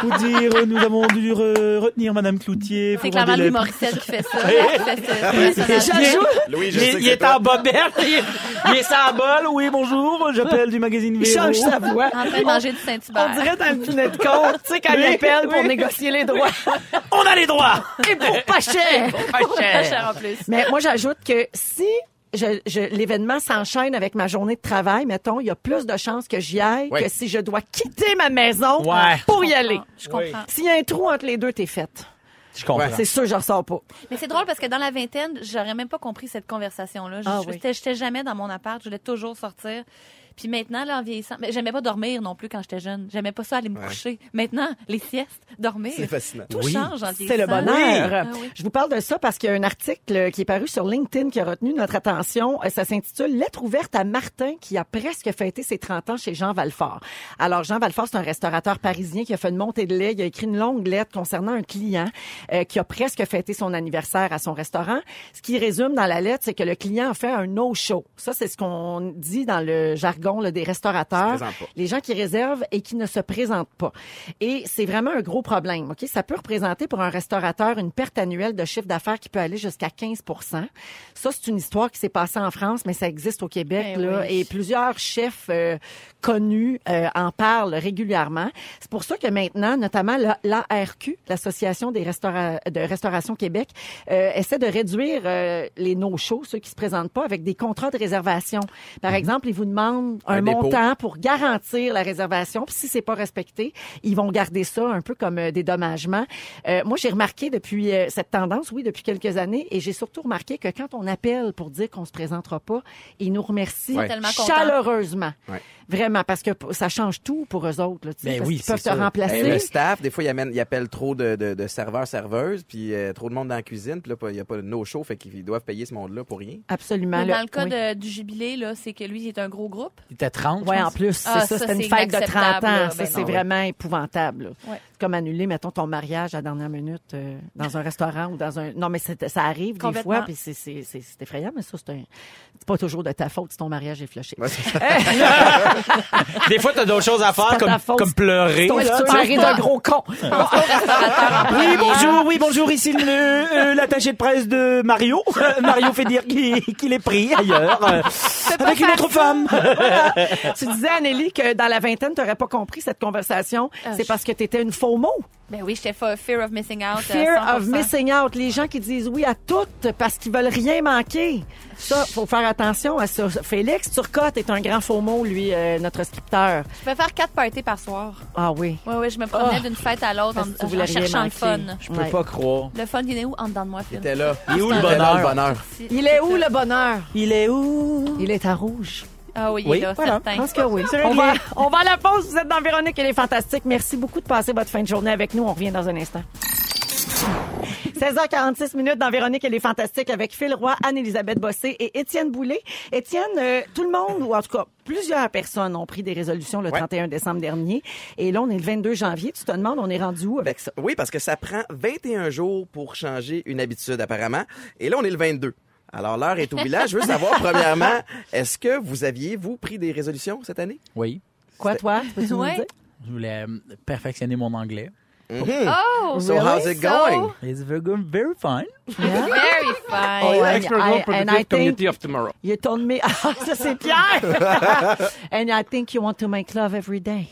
[SPEAKER 6] Pour dire, euh, nous avons dû re- retenir Madame Cloutier.
[SPEAKER 4] c'est
[SPEAKER 6] pour
[SPEAKER 4] clairement
[SPEAKER 6] rendre
[SPEAKER 4] Louis
[SPEAKER 6] le-
[SPEAKER 4] Morissette qui fait ça. qui fait ce- ce personnage.
[SPEAKER 6] J'ajoute-
[SPEAKER 5] Louis, je
[SPEAKER 6] il,
[SPEAKER 5] sais que
[SPEAKER 6] il
[SPEAKER 5] c'est
[SPEAKER 6] est
[SPEAKER 5] toi.
[SPEAKER 6] en bobette. Il, il est sans bol. Oui, bonjour. J'appelle du magazine Véro.
[SPEAKER 7] change sa voix.
[SPEAKER 4] en train de manger du
[SPEAKER 7] On
[SPEAKER 4] Saint-Hubert.
[SPEAKER 7] dirait un filet de compte, tu sais, quand il appelle pour négocier les droits.
[SPEAKER 6] On a les droits.
[SPEAKER 3] Et pour pas cher!
[SPEAKER 4] Pas cher en plus.
[SPEAKER 3] Mais moi, j'ajoute que si je, je- l'événement s'enchaîne avec ma journée de travail, mettons, il y a plus de chances que j'y aille
[SPEAKER 6] Oui.
[SPEAKER 3] que si je dois quitter ma maison
[SPEAKER 6] Ouais.
[SPEAKER 3] pour y
[SPEAKER 4] Je
[SPEAKER 3] aller.
[SPEAKER 4] comprends, Ah, Je comprends.
[SPEAKER 3] S'il y a un trou entre les deux, t'es faite.
[SPEAKER 6] Je comprends.
[SPEAKER 3] C'est sûr, je ressors pas.
[SPEAKER 4] Mais c'est drôle parce que dans la vingtaine, j'aurais même pas compris cette conversation-là. Je
[SPEAKER 3] Ah
[SPEAKER 4] je-
[SPEAKER 3] oui.
[SPEAKER 4] j'étais- j'étais jamais dans mon appart, je voulais toujours sortir. Puis maintenant, là, en vieillissant, mais j'aimais pas dormir non plus quand j'étais jeune. J'aimais pas ça aller me coucher. Maintenant, les siestes, dormir.
[SPEAKER 5] C'est fascinant.
[SPEAKER 4] Tout
[SPEAKER 6] Oui.
[SPEAKER 4] change en vieillissant.
[SPEAKER 3] C'est le bonheur.
[SPEAKER 4] Ah oui.
[SPEAKER 3] Je vous parle de ça parce qu'il y a un article qui est paru sur LinkedIn qui a retenu notre attention. Euh, Ça s'intitule Lettre ouverte à Martin qui a presque fêté ses 30 ans chez Jean Valfort. Alors, Jean Valfort, c'est un restaurateur parisien qui a fait une montée de lait. Il a écrit une longue lettre concernant un client euh, qui a presque fêté son anniversaire à son restaurant. Ce qui résume dans la lettre, c'est que le client a fait un no-show. Ça, c'est ce qu'on dit dans le jargon là, des restaurateurs.
[SPEAKER 5] Se présente pas.
[SPEAKER 3] Les gens qui réservent et qui ne se présentent pas. Et c'est vraiment un gros problème. Ok, Ça peut représenter pour un restaurateur une perte annuelle de chiffre d'affaires qui peut aller jusqu'à 15 Ça, c'est une histoire qui s'est passée en France, mais ça existe au Québec.
[SPEAKER 4] Ben
[SPEAKER 3] là,
[SPEAKER 4] oui.
[SPEAKER 3] Et plusieurs chefs euh, connus euh, en parlent régulièrement. C'est pour ça que maintenant, notamment la- l'ARQ, l'Association des restaura- de Restauration Québec, euh, essaie de réduire euh, les no-shows, ceux qui se présentent pas, avec des contrats de réservation. Par exemple, ils vous demandent un,
[SPEAKER 5] Un dépôt.
[SPEAKER 3] montant temps pour garantir la réservation. Puis si c'est pas respecté, ils vont garder ça un peu comme euh, des dommagements. Euh, moi, j'ai remarqué depuis euh, cette tendance, oui, depuis quelques années, et j'ai surtout remarqué que quand on appelle pour dire qu'on se présentera pas, ils nous remercient
[SPEAKER 5] Ouais.
[SPEAKER 4] Tellement contents.
[SPEAKER 3] chaleureusement,
[SPEAKER 5] Ouais.
[SPEAKER 3] vraiment, parce que p- ça change tout pour eux autres. Là, tu sais,
[SPEAKER 6] Ben
[SPEAKER 3] parce
[SPEAKER 6] oui,
[SPEAKER 3] qu'ils peuvent
[SPEAKER 6] c'est
[SPEAKER 3] te
[SPEAKER 6] sûr.
[SPEAKER 3] remplacer.
[SPEAKER 5] Ben, le staff, des fois, il, amène, il appelle trop de, de, de serveurs, serveuses, puis euh, trop de monde dans la cuisine, puis là, pas- il n'y a pas de no-show, fait qu'ils doivent payer ce monde-là pour rien.
[SPEAKER 3] Absolument.
[SPEAKER 4] Mais
[SPEAKER 3] là,
[SPEAKER 4] dans le cas
[SPEAKER 3] oui.
[SPEAKER 4] de- du jubilé, là, c'est que lui, il est un gros groupe.
[SPEAKER 6] Il était 30.
[SPEAKER 3] Ouais,
[SPEAKER 6] je
[SPEAKER 3] en
[SPEAKER 6] pense.
[SPEAKER 3] plus, c'est
[SPEAKER 4] Ah,
[SPEAKER 3] ça,
[SPEAKER 4] ça,
[SPEAKER 3] c'est une
[SPEAKER 4] c'est
[SPEAKER 3] fête de 30 ans.
[SPEAKER 4] inacceptable, là.
[SPEAKER 3] ça,
[SPEAKER 4] Ben
[SPEAKER 3] c'est
[SPEAKER 4] non.
[SPEAKER 3] vraiment épouvantable. là.
[SPEAKER 4] Ouais.
[SPEAKER 3] C'est comme annuler, mettons, ton mariage à la dernière minute euh, dans un restaurant ou dans un... Non, mais c'est- ça arrive des
[SPEAKER 4] Complètement.
[SPEAKER 3] fois, puis c'est- c'est c'est- c'est effrayant, mais ça, c'est un... c'est pas toujours de ta faute si ton mariage est flushé.
[SPEAKER 5] Ouais, c'est-
[SPEAKER 6] Des fois, t'as d'autres choses à
[SPEAKER 3] pas
[SPEAKER 6] faire,
[SPEAKER 3] ta
[SPEAKER 6] comme,
[SPEAKER 3] faute.
[SPEAKER 6] comme pleurer.
[SPEAKER 3] Ton
[SPEAKER 6] là, tu
[SPEAKER 3] futur
[SPEAKER 6] sais.
[SPEAKER 3] mari d'un gros con.
[SPEAKER 6] Oui, bonjour, oui, bonjour, ici le- euh, l'attaché de presse de Mario. Euh, Mario fait dire qu'il qu'il est pris ailleurs, euh, avec une autre femme.
[SPEAKER 3] tu disais, Anélie, que dans la vingtaine, t'aurais pas compris cette conversation.
[SPEAKER 4] Ah,
[SPEAKER 3] c'est parce que t'étais une faux mot.
[SPEAKER 4] Ben oui, j'étais fa- fear of missing out. euh, à
[SPEAKER 3] Fear
[SPEAKER 4] 100%.
[SPEAKER 3] of missing out. Les gens qui disent oui à tout parce qu'ils veulent rien manquer. Ça, faut faire attention à ça. Félix Turcotte est un grand faux mot, lui, euh, notre scripteur.
[SPEAKER 4] Je peux faire quatre parties par soir.
[SPEAKER 3] Ah oui.
[SPEAKER 4] Oui, oui, je me promenais
[SPEAKER 3] Oh.
[SPEAKER 4] d'une fête à l'autre en,
[SPEAKER 3] Parce que tu voulais
[SPEAKER 4] en
[SPEAKER 3] rien
[SPEAKER 4] cherchant le
[SPEAKER 3] manquer.
[SPEAKER 4] fun.
[SPEAKER 6] Je peux pas croire.
[SPEAKER 4] Le fun, il est où? En dedans de moi, Phil.
[SPEAKER 5] il était là.
[SPEAKER 6] Il est où le
[SPEAKER 5] Il était là,
[SPEAKER 6] bonheur?
[SPEAKER 4] Si-
[SPEAKER 3] Il est où le bonheur?
[SPEAKER 6] Il est où?
[SPEAKER 3] Il est à rouge.
[SPEAKER 4] Ah oui, il
[SPEAKER 6] Oui,
[SPEAKER 4] est là,
[SPEAKER 6] voilà.
[SPEAKER 3] Je
[SPEAKER 4] certain.
[SPEAKER 3] pense que oui. On va, on va à la pause. Vous êtes dans Véronique et les Fantastiques. Merci beaucoup de passer votre fin de journée avec nous. On revient dans un instant. 16h46 minutes dans Véronique et les Fantastiques avec Phil Roy, Anne-Elisabeth Bossé et Étienne Boulay. Étienne, euh, tout le monde, ou en tout cas plusieurs personnes ont pris des résolutions le 31 décembre dernier. Et là, on est le 22 janvier. Tu te demandes, on est rendu où avec ça?
[SPEAKER 5] Oui, parce que ça prend 21 jours pour changer une habitude, apparemment. Et là, on est le 22. Alors, l'heure est au village. Je veux savoir, premièrement, est-ce que vous aviez, vous, pris des résolutions cette année?
[SPEAKER 6] Oui.
[SPEAKER 3] Quoi, toi? Peux-tu nous le
[SPEAKER 4] Ouais.
[SPEAKER 3] dire?
[SPEAKER 6] Je voulais euh, perfectionner mon anglais.
[SPEAKER 4] Oh!
[SPEAKER 5] Mm-hmm. So, how's it
[SPEAKER 4] So-
[SPEAKER 5] going?
[SPEAKER 6] It's very good, very fine.
[SPEAKER 4] Very
[SPEAKER 3] Oh,
[SPEAKER 4] fine.
[SPEAKER 3] And Hein? I- and I think-
[SPEAKER 2] of tomorrow.
[SPEAKER 3] You told me. Ah, ça, c'est Pierre! And I think you want to make love every day.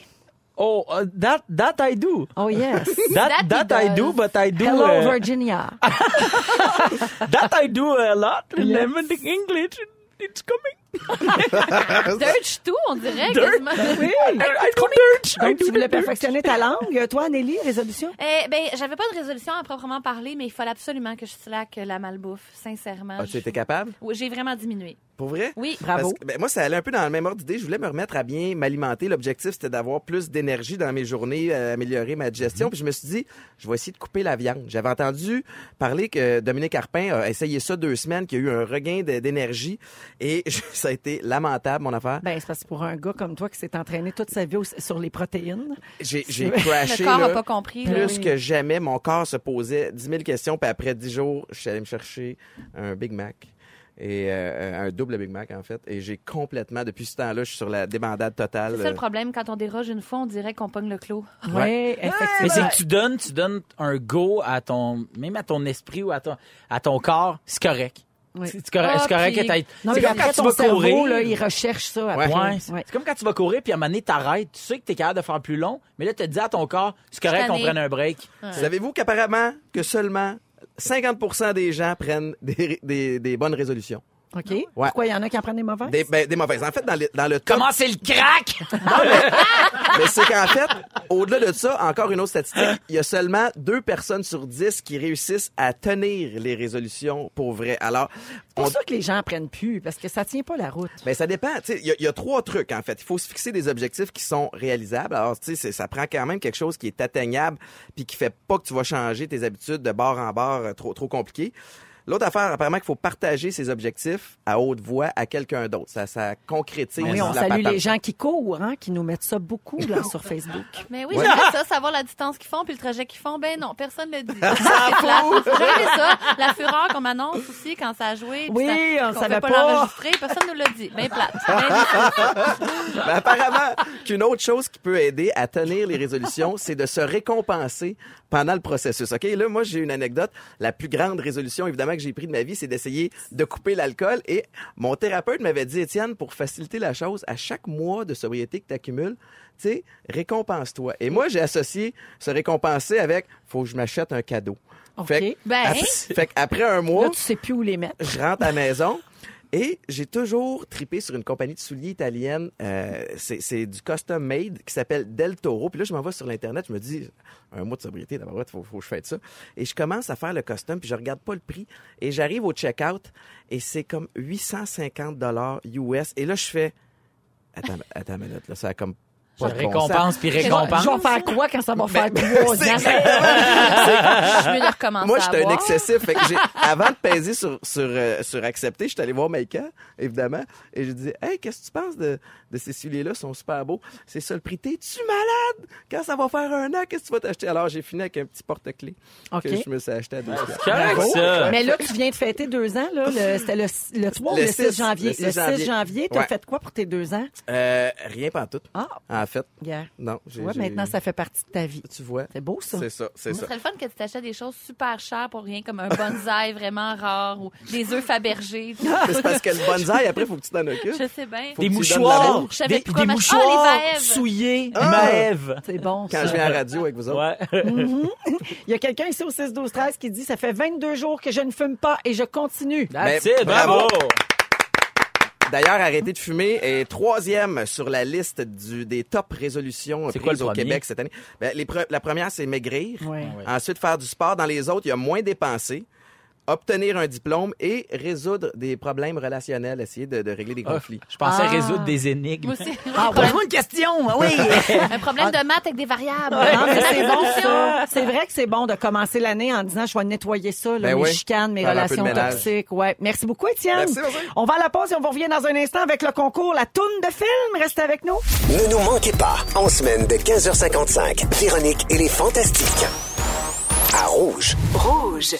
[SPEAKER 6] Oh, uh, that, that I do.
[SPEAKER 3] Oh, yes.
[SPEAKER 6] That,
[SPEAKER 4] That he
[SPEAKER 6] that, I do,
[SPEAKER 4] does.
[SPEAKER 6] but I do.
[SPEAKER 3] Hello,
[SPEAKER 6] uh,
[SPEAKER 3] Virginia.
[SPEAKER 6] that I do a lot. Remember the English, it's coming.
[SPEAKER 4] Dirge tout, on dirait.
[SPEAKER 6] Dirge.
[SPEAKER 4] quasiment.
[SPEAKER 6] I, I do dirt. I
[SPEAKER 3] Donc,
[SPEAKER 6] do
[SPEAKER 3] tu voulais
[SPEAKER 6] the dirt.
[SPEAKER 3] perfectionner ta langue. Toi, Nelly, résolution?
[SPEAKER 4] Eh, ben, j'avais pas de résolution à proprement parler, mais il fallait absolument que je slack la malbouffe, sincèrement.
[SPEAKER 5] Ah, As-tu été capable?
[SPEAKER 4] Oui, J'ai vraiment diminué.
[SPEAKER 5] Pour vrai?
[SPEAKER 4] Oui.
[SPEAKER 3] Bravo.
[SPEAKER 5] Parce que, ben, moi, ça allait un peu dans le même ordre d'idée. Je voulais me remettre à bien m'alimenter. L'objectif, c'était d'avoir plus d'énergie dans mes journées, euh, améliorer ma
[SPEAKER 4] Mm-hmm.
[SPEAKER 5] digestion. Puis je me suis dit, je vais essayer de couper la viande. J'avais entendu parler que Dominique Arpin a essayé ça deux semaines, qu'il y a eu un regain de- d'énergie. Et je- ça a été lamentable, mon affaire.
[SPEAKER 3] Ben, c'est parce que pour un gars comme toi qui s'est entraîné toute sa vie au- sur les protéines.
[SPEAKER 5] J'ai j'ai crashé.
[SPEAKER 4] Le corps
[SPEAKER 5] là.
[SPEAKER 4] n'a pas compris. là.
[SPEAKER 5] Plus que jamais, mon corps se posait 10 000 questions. Puis après 10 jours, je suis allé me chercher un Big Mac. Et euh, un double Big Mac, en fait. Et j'ai complètement, depuis ce temps-là, je suis sur la débandade totale. euh,
[SPEAKER 4] C'est ça le problème. Quand on déroge une fois, on dirait qu'on pogne le clos.
[SPEAKER 3] Oui,
[SPEAKER 6] Ouais. Mais
[SPEAKER 3] effectivement.
[SPEAKER 6] c'est que tu donnes, tu donnes un go à ton, même à ton esprit ou à ton, à ton corps, c'est correct.
[SPEAKER 3] Oui.
[SPEAKER 6] C'est c'est correct,
[SPEAKER 4] Ah,
[SPEAKER 6] c'est correct
[SPEAKER 4] puis-
[SPEAKER 6] que t'aies-
[SPEAKER 3] Non,
[SPEAKER 6] c'est
[SPEAKER 3] mais
[SPEAKER 6] comme
[SPEAKER 3] après,
[SPEAKER 6] quand tu
[SPEAKER 3] ton
[SPEAKER 6] vas
[SPEAKER 3] cerveau,
[SPEAKER 6] courir.
[SPEAKER 3] là, il recherche ça après.
[SPEAKER 6] Ouais, c'est
[SPEAKER 3] Ouais.
[SPEAKER 6] c'est comme quand tu vas courir, puis à un moment donné, t'arrêtes. Tu sais que t'es capable de faire plus long, mais là, tu te dis à ton corps, c'est correct
[SPEAKER 4] Je
[SPEAKER 6] qu'on
[SPEAKER 4] suis
[SPEAKER 6] prenne un break.
[SPEAKER 5] Ah. Savez-vous qu'apparemment que seulement 50 des gens prennent des, des- des bonnes résolutions?
[SPEAKER 3] OK. Pourquoi il y en a qui en prennent des mauvaises?
[SPEAKER 5] Des, ben, des mauvaises. En fait, dans le, dans le top,
[SPEAKER 6] Comment c'est le crack?
[SPEAKER 5] mais c'est qu'en fait, au-delà de ça, encore une autre statistique, il y a seulement deux personnes sur dix qui réussissent à tenir les résolutions pour vrai. Alors,
[SPEAKER 3] C'est
[SPEAKER 5] on-
[SPEAKER 3] pour ça que les gens en prennent plus, parce que ça tient pas la route.
[SPEAKER 5] Ben, ça dépend. Tu sais, Il y, a- il y a trois trucs, en fait. Il faut se fixer des objectifs qui sont réalisables. Alors, tu sais, c'est- ça prend quand même quelque chose qui est atteignable puis qui fait pas que tu vas changer tes habitudes de bord en bord euh, trop, trop compliqué. L'autre affaire, apparemment, qu'il faut partager ses objectifs à haute voix à quelqu'un d'autre. Ça, ça concrétise
[SPEAKER 3] Oui,
[SPEAKER 5] la
[SPEAKER 3] on salue
[SPEAKER 5] patente.
[SPEAKER 3] les gens qui courent, hein, qui nous mettent ça beaucoup là, sur Facebook.
[SPEAKER 4] Ah, Mais oui,
[SPEAKER 5] Ouais.
[SPEAKER 4] j'aimerais ça, savoir la distance qu'ils font puis le trajet qu'ils font. Ben non, personne ne le dit. C'est plate. J'aimais ça. La fureur qu'on m'annonce aussi quand ça a joué. puis
[SPEAKER 3] Oui,
[SPEAKER 4] ça-
[SPEAKER 3] on
[SPEAKER 4] qu'on
[SPEAKER 3] savait
[SPEAKER 4] veut pas.
[SPEAKER 3] pas.
[SPEAKER 4] l'enregistrer. Personne ne nous l'a dit. Ben plate. Ben,
[SPEAKER 5] Ben, apparemment, qu'une autre chose qui peut aider à tenir les résolutions, c'est de se récompenser pendant le processus. OK? Là, moi, j'ai une anecdote. La plus grande résolution, évidemment, que j'ai pris de ma vie, c'est d'essayer de couper l'alcool. Et mon thérapeute m'avait dit, Étienne, pour faciliter la chose, à chaque mois de sobriété que tu accumules, tu sais, récompense-toi. Et moi, j'ai associé se récompenser avec faut que je m'achète un cadeau.
[SPEAKER 3] OK. hein?
[SPEAKER 5] Fait, que-
[SPEAKER 4] Ben.
[SPEAKER 5] ap- fait qu'après un mois
[SPEAKER 6] Oh.
[SPEAKER 3] Là, tu sais plus où les mettre.
[SPEAKER 5] je rentre à la maison. Et j'ai toujours tripé sur une compagnie de souliers italienne. euh, c'est c'est du custom made qui s'appelle Del Toro. Puis là, je m'en vais sur l'Internet. Je me dis, un mois de sobriété, d'abord, il faut, faut que je fasse ça. Et je commence à faire le custom, puis je regarde pas le prix. Et j'arrive au checkout, et c'est comme 850 US. Et là, je fais, attends, attends une minute, là, ça a comme pas de bon sens.
[SPEAKER 6] récompense, puis récompense.
[SPEAKER 3] Je vais faire quoi quand ça va faire
[SPEAKER 6] Ben,
[SPEAKER 3] trois ans?
[SPEAKER 4] je vais le recommencer
[SPEAKER 5] Moi,
[SPEAKER 4] à
[SPEAKER 5] j'étais un
[SPEAKER 4] boire.
[SPEAKER 5] excessif. Fait que j'ai- avant de peser sur, sur, euh, sur accepter, j'étais allé voir Maïka, évidemment, et je dis Hey, qu'est-ce que tu penses de, de ces souliers-là? Ils sont super beaux. C'est ça le prix. T'es-tu malade? Quand ça va faire un an, qu'est-ce que tu vas t'acheter? Alors, j'ai fini avec un petit porte-clés
[SPEAKER 3] OK.
[SPEAKER 5] que je me suis acheté à deux
[SPEAKER 6] C'est correct, ça.
[SPEAKER 3] Mais là, tu viens de fêter deux ans, là. Le, c'était le, le 3 ou
[SPEAKER 5] Le
[SPEAKER 3] le 6,
[SPEAKER 5] six,
[SPEAKER 3] janvier.
[SPEAKER 5] le
[SPEAKER 3] Le
[SPEAKER 5] six
[SPEAKER 3] 6
[SPEAKER 5] janvier.
[SPEAKER 3] janvier, t'as
[SPEAKER 5] Ouais.
[SPEAKER 3] fait quoi pour tes deux ans?
[SPEAKER 5] euh, Rien pas tout.
[SPEAKER 3] Ah,
[SPEAKER 5] En fait,
[SPEAKER 3] hier.
[SPEAKER 5] non. j'ai-
[SPEAKER 3] Ouais,
[SPEAKER 5] j'ai-
[SPEAKER 3] maintenant, ça fait partie de ta vie.
[SPEAKER 5] Tu vois.
[SPEAKER 3] C'est beau, ça.
[SPEAKER 5] C'est ça, c'est
[SPEAKER 4] Ce
[SPEAKER 5] ça.
[SPEAKER 4] serait le fun que tu t'achètes des choses super chères pour rien, comme un bonsaï vraiment rare ou des œufs Fabergé.
[SPEAKER 5] Mais C'est parce que le bonsaï, après, faut que tu t'en occupes.
[SPEAKER 4] Je sais bien.
[SPEAKER 5] Faut
[SPEAKER 6] Des
[SPEAKER 5] que tu donnes la
[SPEAKER 6] mouchoirs,
[SPEAKER 4] bouffe. Je savais
[SPEAKER 6] des,
[SPEAKER 4] plus quoi
[SPEAKER 6] des
[SPEAKER 4] m'acheter. Ah, les
[SPEAKER 6] mouchoirs
[SPEAKER 4] Maëves.
[SPEAKER 6] souillés,
[SPEAKER 5] Ah!
[SPEAKER 6] Maëve.
[SPEAKER 3] C'est bon,
[SPEAKER 5] Quand
[SPEAKER 3] ça.
[SPEAKER 5] je viens à la radio avec vous autres.
[SPEAKER 6] Ouais.
[SPEAKER 3] Il y a quelqu'un ici au 6, 12, 13 qui dit, ça fait 22 jours que je ne fume pas et je continue.
[SPEAKER 6] That's
[SPEAKER 5] Ben,
[SPEAKER 6] it, bravo.
[SPEAKER 5] bravo. D'ailleurs, arrêter de fumer est troisième sur la liste du, des top résolutions
[SPEAKER 6] C'est
[SPEAKER 5] prises
[SPEAKER 6] quoi le
[SPEAKER 5] au
[SPEAKER 6] premier? Ah
[SPEAKER 5] Québec cette année. Ben, les pre- la première, c'est maigrir.
[SPEAKER 3] Ouais.
[SPEAKER 6] Oui.
[SPEAKER 5] Ensuite, faire du sport. Dans les autres, il y a moins dépenser, obtenir un diplôme et résoudre des problèmes relationnels, essayer de, de régler des
[SPEAKER 6] Ah,
[SPEAKER 5] conflits.
[SPEAKER 6] Je pensais
[SPEAKER 3] Ah.
[SPEAKER 6] résoudre des énigmes.
[SPEAKER 4] Moi aussi.
[SPEAKER 5] Ah,
[SPEAKER 4] Ah,
[SPEAKER 6] pose-moi une
[SPEAKER 3] hein,
[SPEAKER 6] question, oui.
[SPEAKER 4] Un problème de maths avec des variables. Hein?
[SPEAKER 3] Non, mais
[SPEAKER 4] La
[SPEAKER 3] c'est bon,
[SPEAKER 4] résolution.
[SPEAKER 3] ça. C'est vrai que c'est bon de commencer l'année en disant je vais nettoyer ça, là,
[SPEAKER 5] Ben
[SPEAKER 3] mes
[SPEAKER 5] oui.
[SPEAKER 3] chicanes, mes
[SPEAKER 5] Faire un peu de
[SPEAKER 3] relations
[SPEAKER 5] ménage.
[SPEAKER 3] toxiques. Ouais. Merci beaucoup, Étienne.
[SPEAKER 5] Merci, Rosine.
[SPEAKER 3] on va à la pause et on vous revient dans un instant avec le concours La Toune de film. Restez avec nous.
[SPEAKER 1] Ne nous manquez pas, en semaine de 15h55, Véronique et les Fantastiques. À Rouge.
[SPEAKER 2] Rouge.